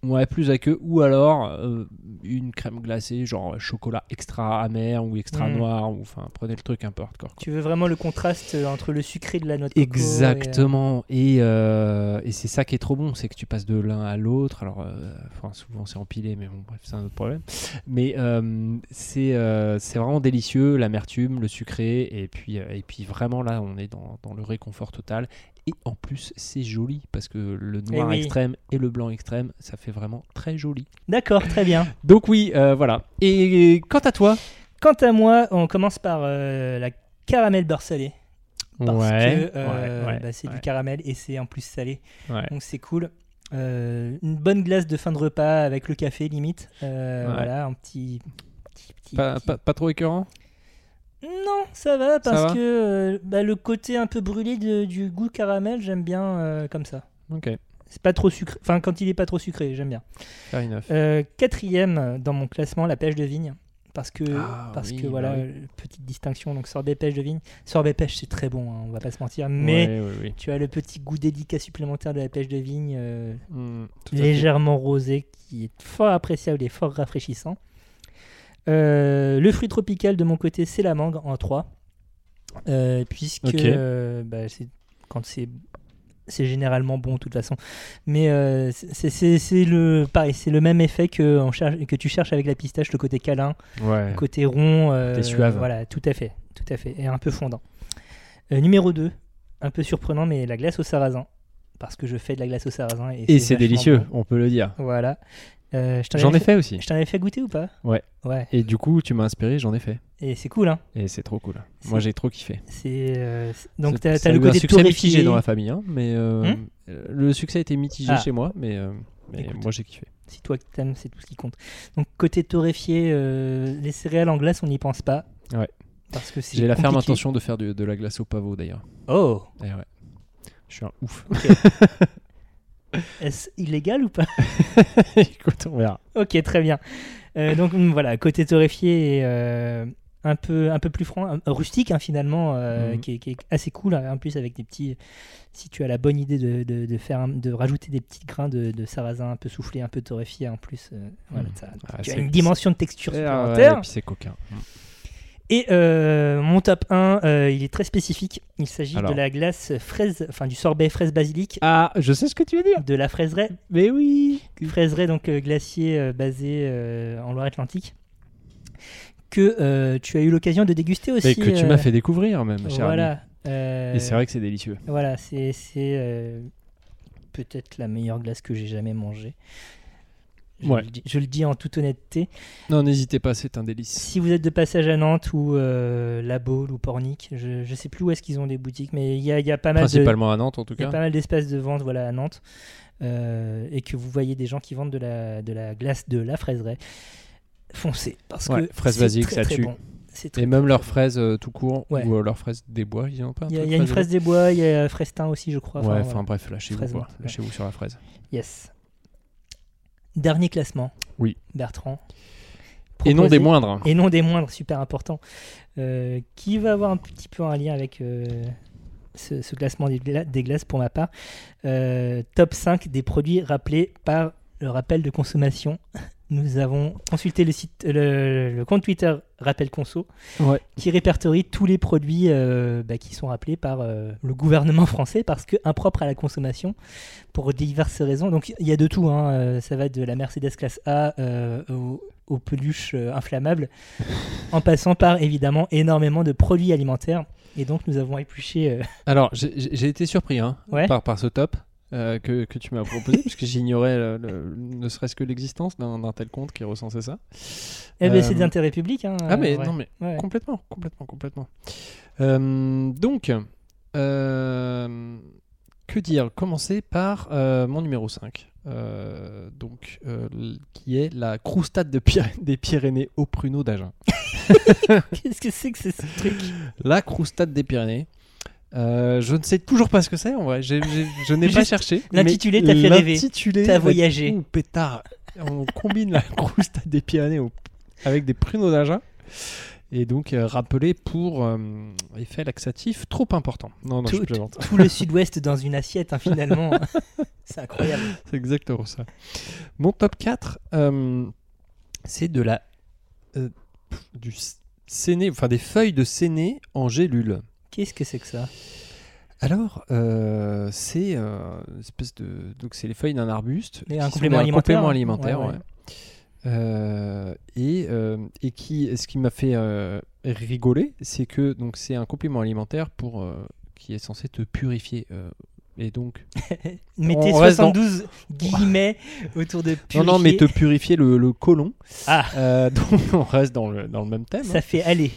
Ouais, plus à queue. Ou alors euh, une crème glacée, genre euh, chocolat extra amer ou extra
Mm.
noir, ou enfin prenez le truc un peu hardcore. quoi.
Tu veux vraiment le contraste euh, entre le sucré de la noix de coco et, euh,
Exactement. Et, euh, et c'est ça qui est trop bon, c'est que tu passes de l'un à l'autre. Alors, euh, enfin, souvent c'est empilé, mais bon, bref, c'est un autre problème. Mais euh, c'est euh, c'est vraiment délicieux, l'amertume, le sucré, et puis, euh, et puis vraiment là, on est dans, dans le réconfort total. Et en plus, c'est joli parce que le noir
Eh oui.
extrême et le blanc extrême, ça fait vraiment très joli.
D'accord, très bien.
Donc oui, euh, voilà. Et quant à toi
Quant à moi, on commence par euh, la caramel beurre salé. Parce que euh,
ouais, ouais,
bah, c'est
ouais.
du caramel et c'est en plus salé.
Ouais.
Donc c'est cool. Euh, une bonne glace de fin de repas avec le café limite. Euh,
Ouais.
Voilà, un petit... petit- petit-
Pas,
petit-
pas- pas trop écœurant
Non, ça va parce
va
que euh, bah, le côté un peu brûlé de- du goût caramel, j'aime bien euh, comme ça.
Ok,
C'est pas trop sucré. Enfin, quand il est pas trop sucré, j'aime bien.
fair enough.
Euh, quatrième dans mon classement, la pêche de vigne. Parce que,
Ah,
parce
oui,
que
bah
voilà,
oui.
euh, petite distinction. Donc, sorbet pêche de vigne. Sorbet pêche, c'est très bon, hein, on va pas se mentir. Mais
Ouais, ouais, ouais.
tu as le petit goût délicat supplémentaire de la pêche de vigne, euh,
Mm, tout à fait.
légèrement rosé, qui est fort appréciable et fort rafraîchissant. Euh, le fruit tropical de mon côté, c'est la mangue en 3. puisque
Ok.
euh, bah, c'est- quand c'est. C'est généralement bon de toute façon, mais euh, c'est- c'est c'est le pareil, c'est le même effet que, on cherche, que tu cherches avec la pistache, le côté câlin,
Ouais.
le côté rond, euh,
Côté suave.
voilà, tout à fait, tout à fait, et un peu fondant. Euh, numéro 2, un peu surprenant, mais la glace au sarrasin, parce que je fais de la glace au sarrasin et,
Et c'est
vachement
délicieux,
bon.
on peut le dire.
Voilà. Euh, je t'en
J'en
avais
ai fait aussi.
Je t'en avais fait goûter ou pas
Ouais.
Ouais.
Et du coup, tu m'as inspiré, j'en ai fait.
Et c'est cool, hein.
Et c'est trop cool.
C'est-
Moi, j'ai trop kiffé.
C'est euh, c'est- donc
Ça-
t'as
ça
t'as
a
le
eu
côté
un succès
torréfié.
mitigé dans la famille, hein, mais euh,
Hmm
euh, le succès était mitigé
Ah.
chez moi, mais, euh, mais
Écoute.
moi j'ai kiffé.
Si toi que t'aimes, c'est tout ce qui compte. Donc côté torréfié, euh, les céréales en glace, on n'y pense pas.
Ouais.
Parce que c'est
J'ai la ferme
compliqué.
intention de faire du- de la glace au pavot d'ailleurs.
Oh.
Eh ouais. Je suis un ouf.
Est-ce illégal ou pas
Écoute, on verra.
Ok, très bien. Euh, donc mm, voilà, côté torréfié et euh, un, peu, un peu plus franc, un- rustique hein, finalement, euh,
Mhm.
qui, est, qui est assez cool. hein, En plus, avec des petits. Si tu as la bonne idée de, de, de faire un- de rajouter des petits grains de, de sarrasin un peu soufflé, un peu torréfié en plus, euh, voilà,
Mhm.
ça-
Ah,
tu as
c'est-
une dimension de texture
Eh, ouais,
supplémentaire.
et puis c'est coquin.
Et euh, mon top 1, euh, il est très spécifique. Il s'agit de
Alors.
la glace fraise, enfin du sorbet fraise basilic,
Ah, je sais ce que tu veux dire.
de la fraiseraie.
Mais oui.
Fraiseraie, donc euh, glacier euh, basé euh, en Loire-Atlantique, que euh, tu as eu l'occasion de déguster aussi.
Mais que tu
euh,
m'as fait découvrir même, cher ami.
Voilà. euh,
Et c'est vrai que c'est délicieux.
Voilà, c'est c'est, euh, peut-être la meilleure glace que j'ai jamais mangée. Je,
Ouais.
le dis, je le dis en toute honnêteté.
Non, n'hésitez pas, c'est un délice.
Si vous êtes de passage à Nantes ou euh, La Baule ou Pornic, je ne sais plus où est-ce qu'ils ont des boutiques, mais il y a, il y a pas mal de,
Principalement à Nantes en tout
il y a
cas.
pas mal d'espaces de vente voilà, à Nantes euh, et que vous voyez des gens qui vendent de la, de la glace de la fraiseraie, foncez. Parce
Ouais,
que
fraise
c'est
basique,
très,
ça
très
tue.
bon. C'est très,
Et même
très
leurs
bon.
fraises euh, tout court
Ouais.
ou euh, leurs fraises des bois, ils en ont pas. un
Il y a,
truc,
il y a une
des
fraise des bois, il y a Frestin aussi, je
bois
crois.
Ouais,
Enfin,
enfin
voilà.
bref, lâchez-vous
Fraise
quoi.
menthe, ouais.
Lâchez-vous sur la fraise.
Yes. Dernier classement.
Oui.
Bertrand.
Et non des
Proposé-
moindres.
Et non des moindres, super important. Euh, qui va avoir un petit peu un lien avec euh, ce, ce classement des, gla- des glaces pour ma part. Euh, top 5 des produits rappelés par le rappel de consommation. Nous avons consulté le, site, le, le compte Twitter Rappel Conso
Ouais.
qui répertorie tous les produits euh, bah, qui sont rappelés par euh, le gouvernement français parce que impropres à la consommation pour diverses raisons. Donc il y a de tout, hein. Euh, ça va de la Mercedes classe A euh, aux, aux peluches euh, inflammables, en passant par évidemment énormément de produits alimentaires. Et donc nous avons épluché. euh,
Alors, j'ai- j'ai j'ai été surpris hein,
Ouais.
par, par ce top euh, que, que tu m'as proposé, parce que j'ignorais le- le- ne serait-ce que l'existence d'un d'un tel compte qui recensait ça.
Eh ben, c'est
Euh,
d'intérêt public. hein,
Ah, mais
euh, ouais.
non, mais
Ouais.
complètement, complètement, complètement. Euh, donc, euh, que dire Commencer par euh, mon numéro 5. euh, donc, euh, l- qui est la croustade de Pyr- des Pyrénées au pruneau d'Agen.
Qu'est-ce que c'est que ce ce truc
La croustade des Pyrénées. Euh, je ne sais toujours pas ce que c'est en vrai. J'ai- j'ai- je n'ai pas
Juste
cherché.
l'intitulé
mais
t'a fait rêver.
l'intitulé
T'as
m'a-
voyagé.
Ouh, pétard. On combine la croustade des Pyrénées au- avec des pruneaux d'Agen. Et donc euh, rappelé pour euh, effet laxatif trop important. Non, non, je
Tout-
plaisante.
Tout le sud-ouest dans une assiette, hein, finalement. c'est incroyable.
C'est exactement ça. Mon top 4, euh, c'est de la. euh, pff, du s- séné, enfin des feuilles de séné en gélule.
Qu'est-ce que c'est que ça
Alors, euh, c'est euh, une espèce de donc c'est les feuilles d'un arbuste,
Mais un
qui sont
complément
des-
alimentaire,
complément
hein.
alimentaire,
Ouais, ouais.
ouais. Euh, et, euh, et qui ce qui m'a fait euh, rigoler, c'est que donc c'est un complément alimentaire pour euh, qui est censé te purifier euh, Et donc.
Mettez
On reste dans-
72 guillemets autour de purifier.
Non, non, mais te purifier le, le côlon.
Ah.
Euh, donc on reste dans le, dans le même thème. hein.
Ça fait aller.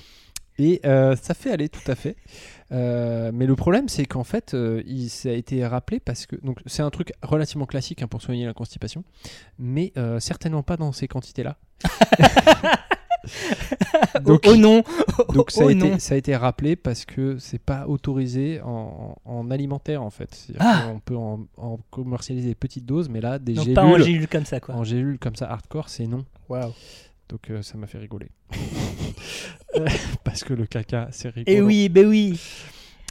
Et euh, ça fait aller, tout à fait. Euh, mais le problème, c'est qu'en fait, euh, il, ça a été rappelé parce que. Donc, c'est un truc relativement classique hein, pour soigner la constipation, mais euh, certainement pas dans ces quantités-là. donc,
oh, oh non
donc ça,
oh
a
non.
été, ça a été rappelé parce que c'est pas autorisé en, en alimentaire, en fait. C'est-à-dire
Ah.
qu'on peut en, en commercialiser des petites doses, mais là, des
Donc
gélules.
pas en gélule comme ça quoi.
en gélule comme ça, hardcore, c'est non.
Waouh.
Donc, euh, ça m'a fait rigoler. Euh, parce que le caca, c'est rigolo.
Et oui, ben oui.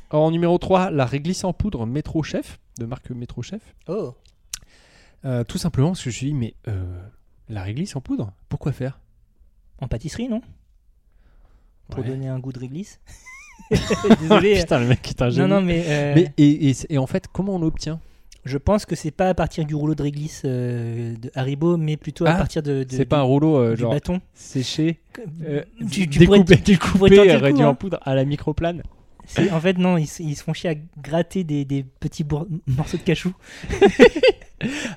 En numéro 3, la réglisse en poudre Métro Chef, de marque Métro Chef.
Oh.
Euh, tout simplement parce que je me suis dit, mais euh, la réglisse en poudre, pourquoi faire
En pâtisserie, non Pour
Ouais.
donner un goût de réglisse.
Ah,
Désolé. hein.
Putain, le mec est un
non,
génie.
non, mais, euh,
Mais, et, et- et en fait, comment on l'obtient
je pense que c'est pas à partir du rouleau de réglisse euh, de Haribo, mais plutôt à
Ah,
partir de, de-
C'est pas un rouleau euh,
du
genre
bâton.
séché, euh,
tu, tu pourrais,
découpé,
tu pourrais
découpé,
tenter le
réduit
coup,
en
hein.
poudre à la microplane.
C'est- En fait, non, ils, se- ils se font chier à gratter des, des petits bour- morceaux de cachou.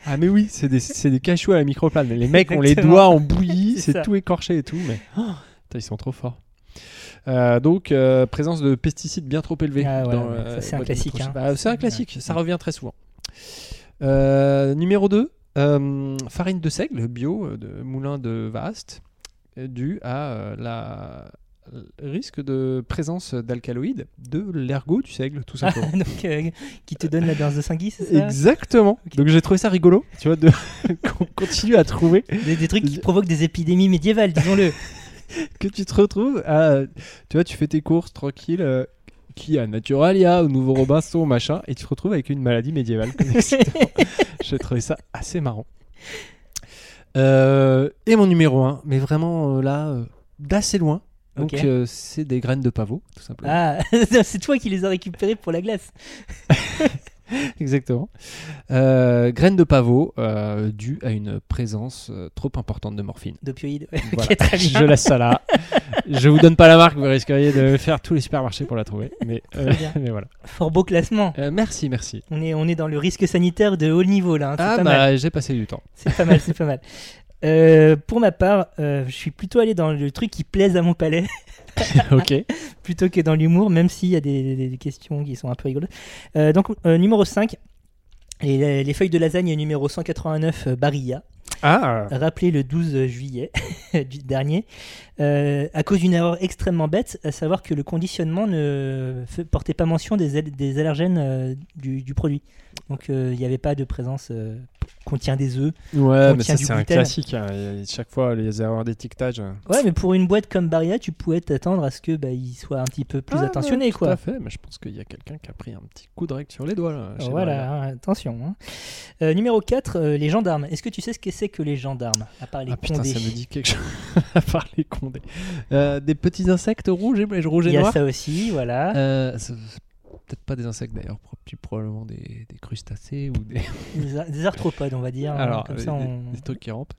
Ah mais oui, c'est des, c'est des cachous à la microplane. Les mecs ont les
Exactement.
doigts en bouillie,
C'est
c'est
ça.
tout écorché et tout, mais oh, putain, ils sont trop forts. Euh, donc, euh, présence de pesticides bien trop élevés.
Ah ouais,
dans,
ouais,
euh,
ça, c'est un
boîte
classique,
microchip.
hein.
Bah, c'est un classique, ça revient très souvent. Euh, numéro 2, farine de seigle bio euh, de moulin de Vaast, euh, dû à euh, la le risque de présence d'alcaloïdes de l'ergot du seigle, tout simplement.
Donc, euh, qui te donne la danse de Singui, c'est ça
Exactement. Donc j'ai trouvé ça rigolo, tu vois, de... qu'on continue à trouver
des, des trucs qui provoquent des épidémies médiévales, disons-le.
que tu te retrouves à, tu vois, tu fais tes courses tranquille, euh, qui à Naturalia, au Nouveau Robinson, machin, et tu te retrouves avec une maladie médiévale. comme accident. j'ai trouvé ça assez marrant. Euh, et mon numéro 1, mais vraiment euh, là, euh, d'assez loin. Donc
Ok.
euh, c'est des graines de pavot, tout simplement.
ah, c'est toi qui les as récupérés pour la glace.
Exactement. Euh, graines de pavot euh, dues à une présence euh, trop importante de morphine.
D'opioïdes.
Voilà.
Ok, très bien.
Je laisse ça là. Je vous donne pas la marque, vous risqueriez de faire tous les supermarchés pour la trouver. Mais, euh,
Très bien.
mais voilà.
Fort beau classement.
Euh, merci, merci.
On est, on est dans le risque sanitaire de haut niveau là. hein. C'est
Ah
pas
bah
mal.
j'ai passé du temps.
C'est pas mal, c'est pas mal. Euh, pour ma part, euh, je suis plutôt allé dans le truc qui plaise à mon palais
ok.
plutôt que dans l'humour, même s'il y a des, des- des questions qui sont un peu rigolotes. Euh, donc, euh, numéro 5, et les, les feuilles de lasagne numéro 189, euh, Barilla,
Ah.
rappelé le 12 juillet du dernier, euh, à cause d'une erreur extrêmement bête, à savoir que le conditionnement ne fe- portait pas mention des, al- des allergènes euh, du, du produit. Donc, euh, il n'y avait pas de présence euh, contient des œufs.
Ouais, mais
tient
ça
du
c'est un
gluten.
classique. hein. Il y a Chaque fois les erreurs d'étiquetage. hein.
Ouais, mais pour une boîte comme Barilla, tu pouvais t'attendre à ce que bah, il soit un petit peu plus
Ah,
attentionné,
Tout à
quoi.
fait. Mais je pense qu'il y a quelqu'un qui a pris un petit coup de règle sur les doigts. là, chez Maria.
Voilà, hein, attention. hein. Euh, numéro 4, les gendarmes. Est-ce que tu sais ce que c'est que les gendarmes À part les
Ah putain,
condés.
ça me dit quelque chose. à part les condés. Euh, des petits insectes rouges et rouges et
Il y a
noirs.
ça aussi, voilà.
Euh, c'est- c'est Peut-être pas des insectes d'ailleurs, pro- plus probablement des, des crustacés ou des,
Des, ar- des arthropodes, on va dire. hein,
Alors,
comme
euh,
ça,
des,
on-
des trucs qui rampent.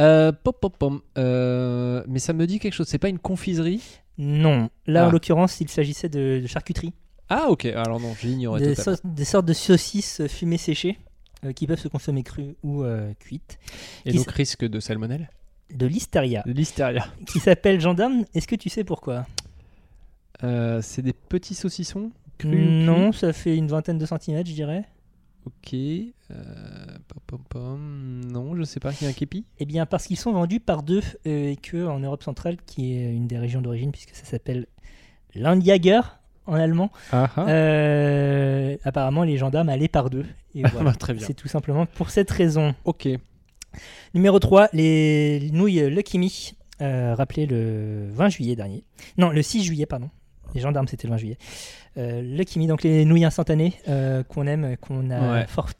Euh, pom, pom, pom. Euh, mais ça me dit quelque chose. C'est pas une confiserie
Non. Là,
Ah.
en l'occurrence, il s'agissait de, de charcuterie.
Ah, ok. Alors non, je l'ignorais
Des,
totalement.
so- des sortes de saucisses fumées séchées euh, qui peuvent se consommer crues ou euh, cuites.
Et
qui
donc, risque de salmonelle
De l'hystéria.
L'hystéria.
Qui s'appelle gendarme. Est-ce que tu sais pourquoi
Euh, c'est des petits saucissons crus ou cuits
Mm, Non, ça fait une vingtaine de centimètres, je dirais.
Ok. Euh, pom, pom, pom. Non, je sais pas. Il y a un képi
Eh bien, parce qu'ils sont vendus par deux euh, et que en Europe centrale, qui est une des régions d'origine, puisque ça s'appelle Landjager en allemand,
Ah,
euh, apparemment les gendarmes allaient par deux. Et voilà.
Ah, bah, Très bien.
C'est tout simplement pour cette raison.
Ok.
Numéro 3, les nouilles Lucky Me, euh, rappelées le 20 juillet dernier. Non, le 6 juillet, pardon. Les gendarmes, c'était le 20 juillet. Euh, Lucky Me, donc les nouilles instantanées euh, qu'on aime, qu'on a
Ouais.
fort-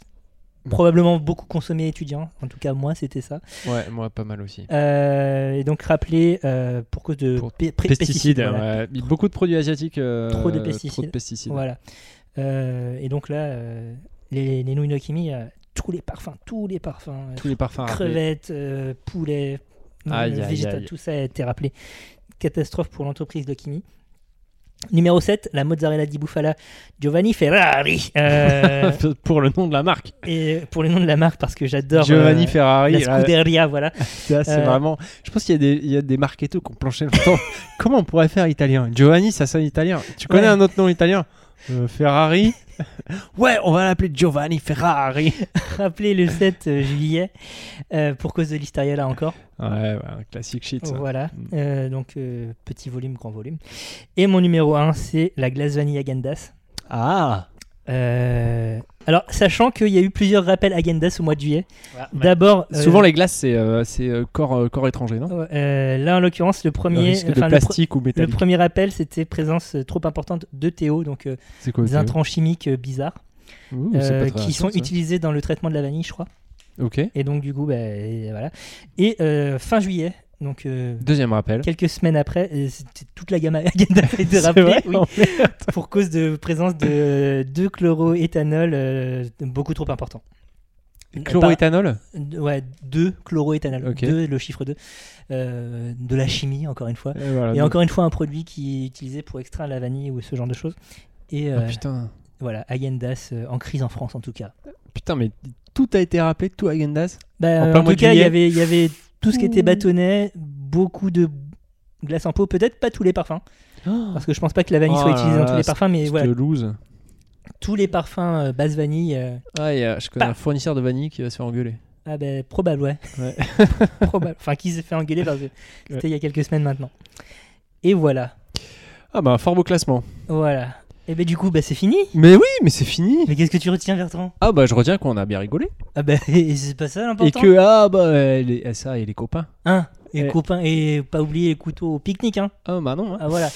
probablement beaucoup consommé étudiant. En tout cas, moi, c'était ça.
Ouais, moi, pas mal aussi.
Euh, et donc rappelé euh, pour cause de
Pour
pé- pré-
Pesticides.
voilà.
ouais. Beaucoup de produits asiatiques. euh,
Trop de
Trop de
pesticides.
pesticides.
Voilà. Euh, et donc là, euh, les, les nouilles Nokimi, euh, tous les parfums, tous les parfums, euh,
Tous les parfums. rappelés.
crevettes, euh, poulet, euh,
Aïe, aïe,
végétal,
aïe.
tout ça a été rappelé. Catastrophe pour l'entreprise Nokimi. Numéro 7, la mozzarella di bufala Giovanni Ferrari. Euh,
Pour le nom de la marque.
et pour le nom de la marque, parce que j'adore
Giovanni
euh,
Ferrari.
la
là,
Scuderia, voilà.
ça, c'est
Euh.
vraiment. Je pense qu'il y a des, il y a des marketos qui ont planché longtemps. Comment on pourrait faire italien Giovanni, ça sonne italien. Tu connais
Ouais.
un autre nom italien Euh, Ferrari Ouais, on va l'appeler Giovanni Ferrari.
Rappelé le 7 euh, juillet, euh, pour cause de l'Histeria là encore.
Ouais, ouais, un classique shit. ça.
Voilà,
Mm.
Euh, donc euh, petit volume, grand volume. Et mon numéro 1, c'est la glace vanille Agendas.
Ah
Euh, alors, sachant qu'il y a eu plusieurs rappels Agendas au mois de juillet. D'abord, euh,
Ah, Souvent, les glaces, c'est euh, c'est, euh, corps, euh, corps étranger, non
euh, là en l'occurrence, le
Le
premier,
risque de
enfin, le, pre-
plastique ou
le
métallique.
premier rappel, c'était présence euh, trop importante de Théo, donc euh,
C'est quoi
des
c'est-
intrants chimiques euh, bizarres
Ouh, c'est pas
euh,
très
qui sont
raciste,
utilisés dans le traitement de la vanille, je crois.
ça. Ok.
Et donc, du coup, bah, et voilà. Et euh, fin juillet, donc. euh,
Deuxième rappel.
Quelques semaines après, euh, c'était toute la gamme Agendas a été
C'est
rappelée.
vrai
oui. pour cause de présence de, de chloroéthanol euh, beaucoup trop important.
bah, Chloroéthanol
Pas- de- ouais, de chloroéthanol,
Ok.
de, le chiffre 2, euh, de la chimie encore une fois.
Et Euh, voilà,
Et
donc-
encore une fois un produit qui est utilisé pour extraire la vanille ou ce genre de choses. Et
Ah,
euh,
putain.
voilà, Agendas euh, en crise en France en tout cas.
Putain, mais tout a été rappelé, tout Agendas.
Bah,
En
en
plein mois
tout
de
cas, il y
juillet.
avait, il y avait tout ce qui était
Ouh.
bâtonnet, beaucoup de glace en pot, peut-être pas tous les parfums, parce que je pense pas que la vanille
Oh
soit utilisée
là
dans tous
là,
les parfums, mais voilà,
De loose.
tous les parfums euh, base vanille. euh,
Ah, et, euh, je connais
Bah.
un fournisseur de vanille qui va se faire engueuler.
Ah ben, probable, ouais.
Ouais.
probable. Enfin, qui s'est fait engueuler parce que c'était il y a quelques semaines maintenant. Et voilà.
Ah bah, fort beau classement.
Voilà. Et ben du coup, bah, c'est fini.
Mais oui, mais c'est fini.
Mais qu'est-ce que tu retiens, Bertrand
Ah bah, je retiens qu'on a bien rigolé.
Ah ben, et c'est pas ça l'important.
Et que, ah bah, euh, les- ça et les copains.
Hein et
Ouais.
copains, et pas oublier les couteaux au pique-nique, hein.
Ah bah non. hein.
Ah voilà.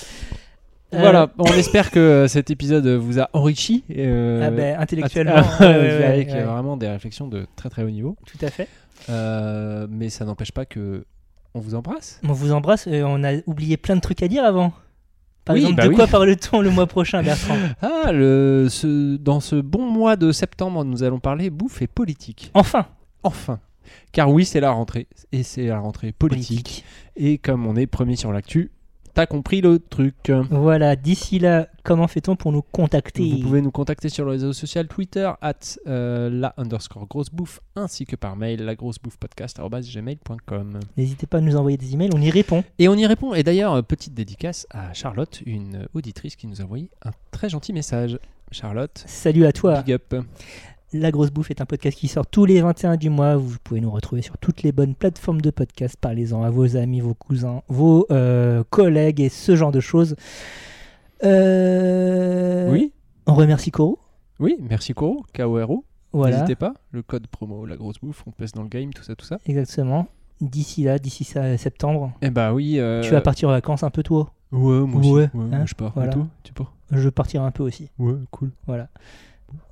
Euh,
Voilà, on espère que euh, cet épisode vous a enrichi. euh,
ah ben, intellectuellement.
att-
ouais, ouais, ouais,
avec
ouais,
euh, vraiment des réflexions de très très haut niveau.
Tout à fait.
Euh, mais ça n'empêche pas que on vous embrasse.
On vous embrasse. euh, on a oublié plein de trucs à dire avant. Par
Oui,
exemple,
bah
de
oui.
quoi parle-t-on le mois prochain, Bertrand
Ah, le, ce- dans ce bon mois de septembre, nous allons parler bouffe et politique.
Enfin.
Enfin. Car oui, c'est la rentrée. Et c'est la rentrée politique. Et comme on est premier sur l'actu, t'as compris le truc.
Voilà. D'ici là, comment fait-on pour nous contacter
Vous pouvez nous contacter sur le réseau social Twitter, at euh, la underscore grosse bouffe, ainsi que par mail, la grosse bouffe podcast, gmail.com.
N'hésitez pas à nous envoyer des emails, on y répond.
Et on y répond. Et d'ailleurs, euh, petite dédicace à Charlotte, une auditrice qui nous a envoyé un très gentil message. Charlotte,
Salut à toi. Euh.
big up.
La Grosse Bouffe est un podcast qui sort tous les 21 du mois. Vous pouvez nous retrouver sur toutes les bonnes plateformes de podcast. Parlez-en à vos amis, vos cousins, vos euh, collègues et ce genre de choses. Euh,
Oui,
On remercie Coro.
oui, merci Koro, KORO.
Voilà.
N'hésitez pas, le code promo, la grosse bouffe, on pèse dans le game, tout ça, tout ça.
Exactement. D'ici là, d'ici ça- septembre,
Eh bah oui. euh,
tu vas partir en vacances un peu toi.
Ouais, moi aussi.
Ouais,
ouais,
hein,
je pars.
voilà.
Et toi, tu pars
Je partirai un peu aussi.
Ouais, cool.
Voilà.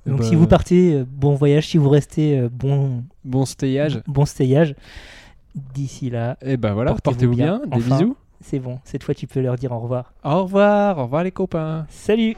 Eh
Donc
bah,
si vous partez, euh, bon voyage. Si vous restez, euh, bon,
Bon stayage.
bon stayage. D'ici là,
Et bah voilà,
Portez-vous
portez-vous bien,
bien,
des
enfin.
bisous.
c'est bon. Cette fois, tu peux leur dire au revoir.
Au revoir, au revoir les copains.
Salut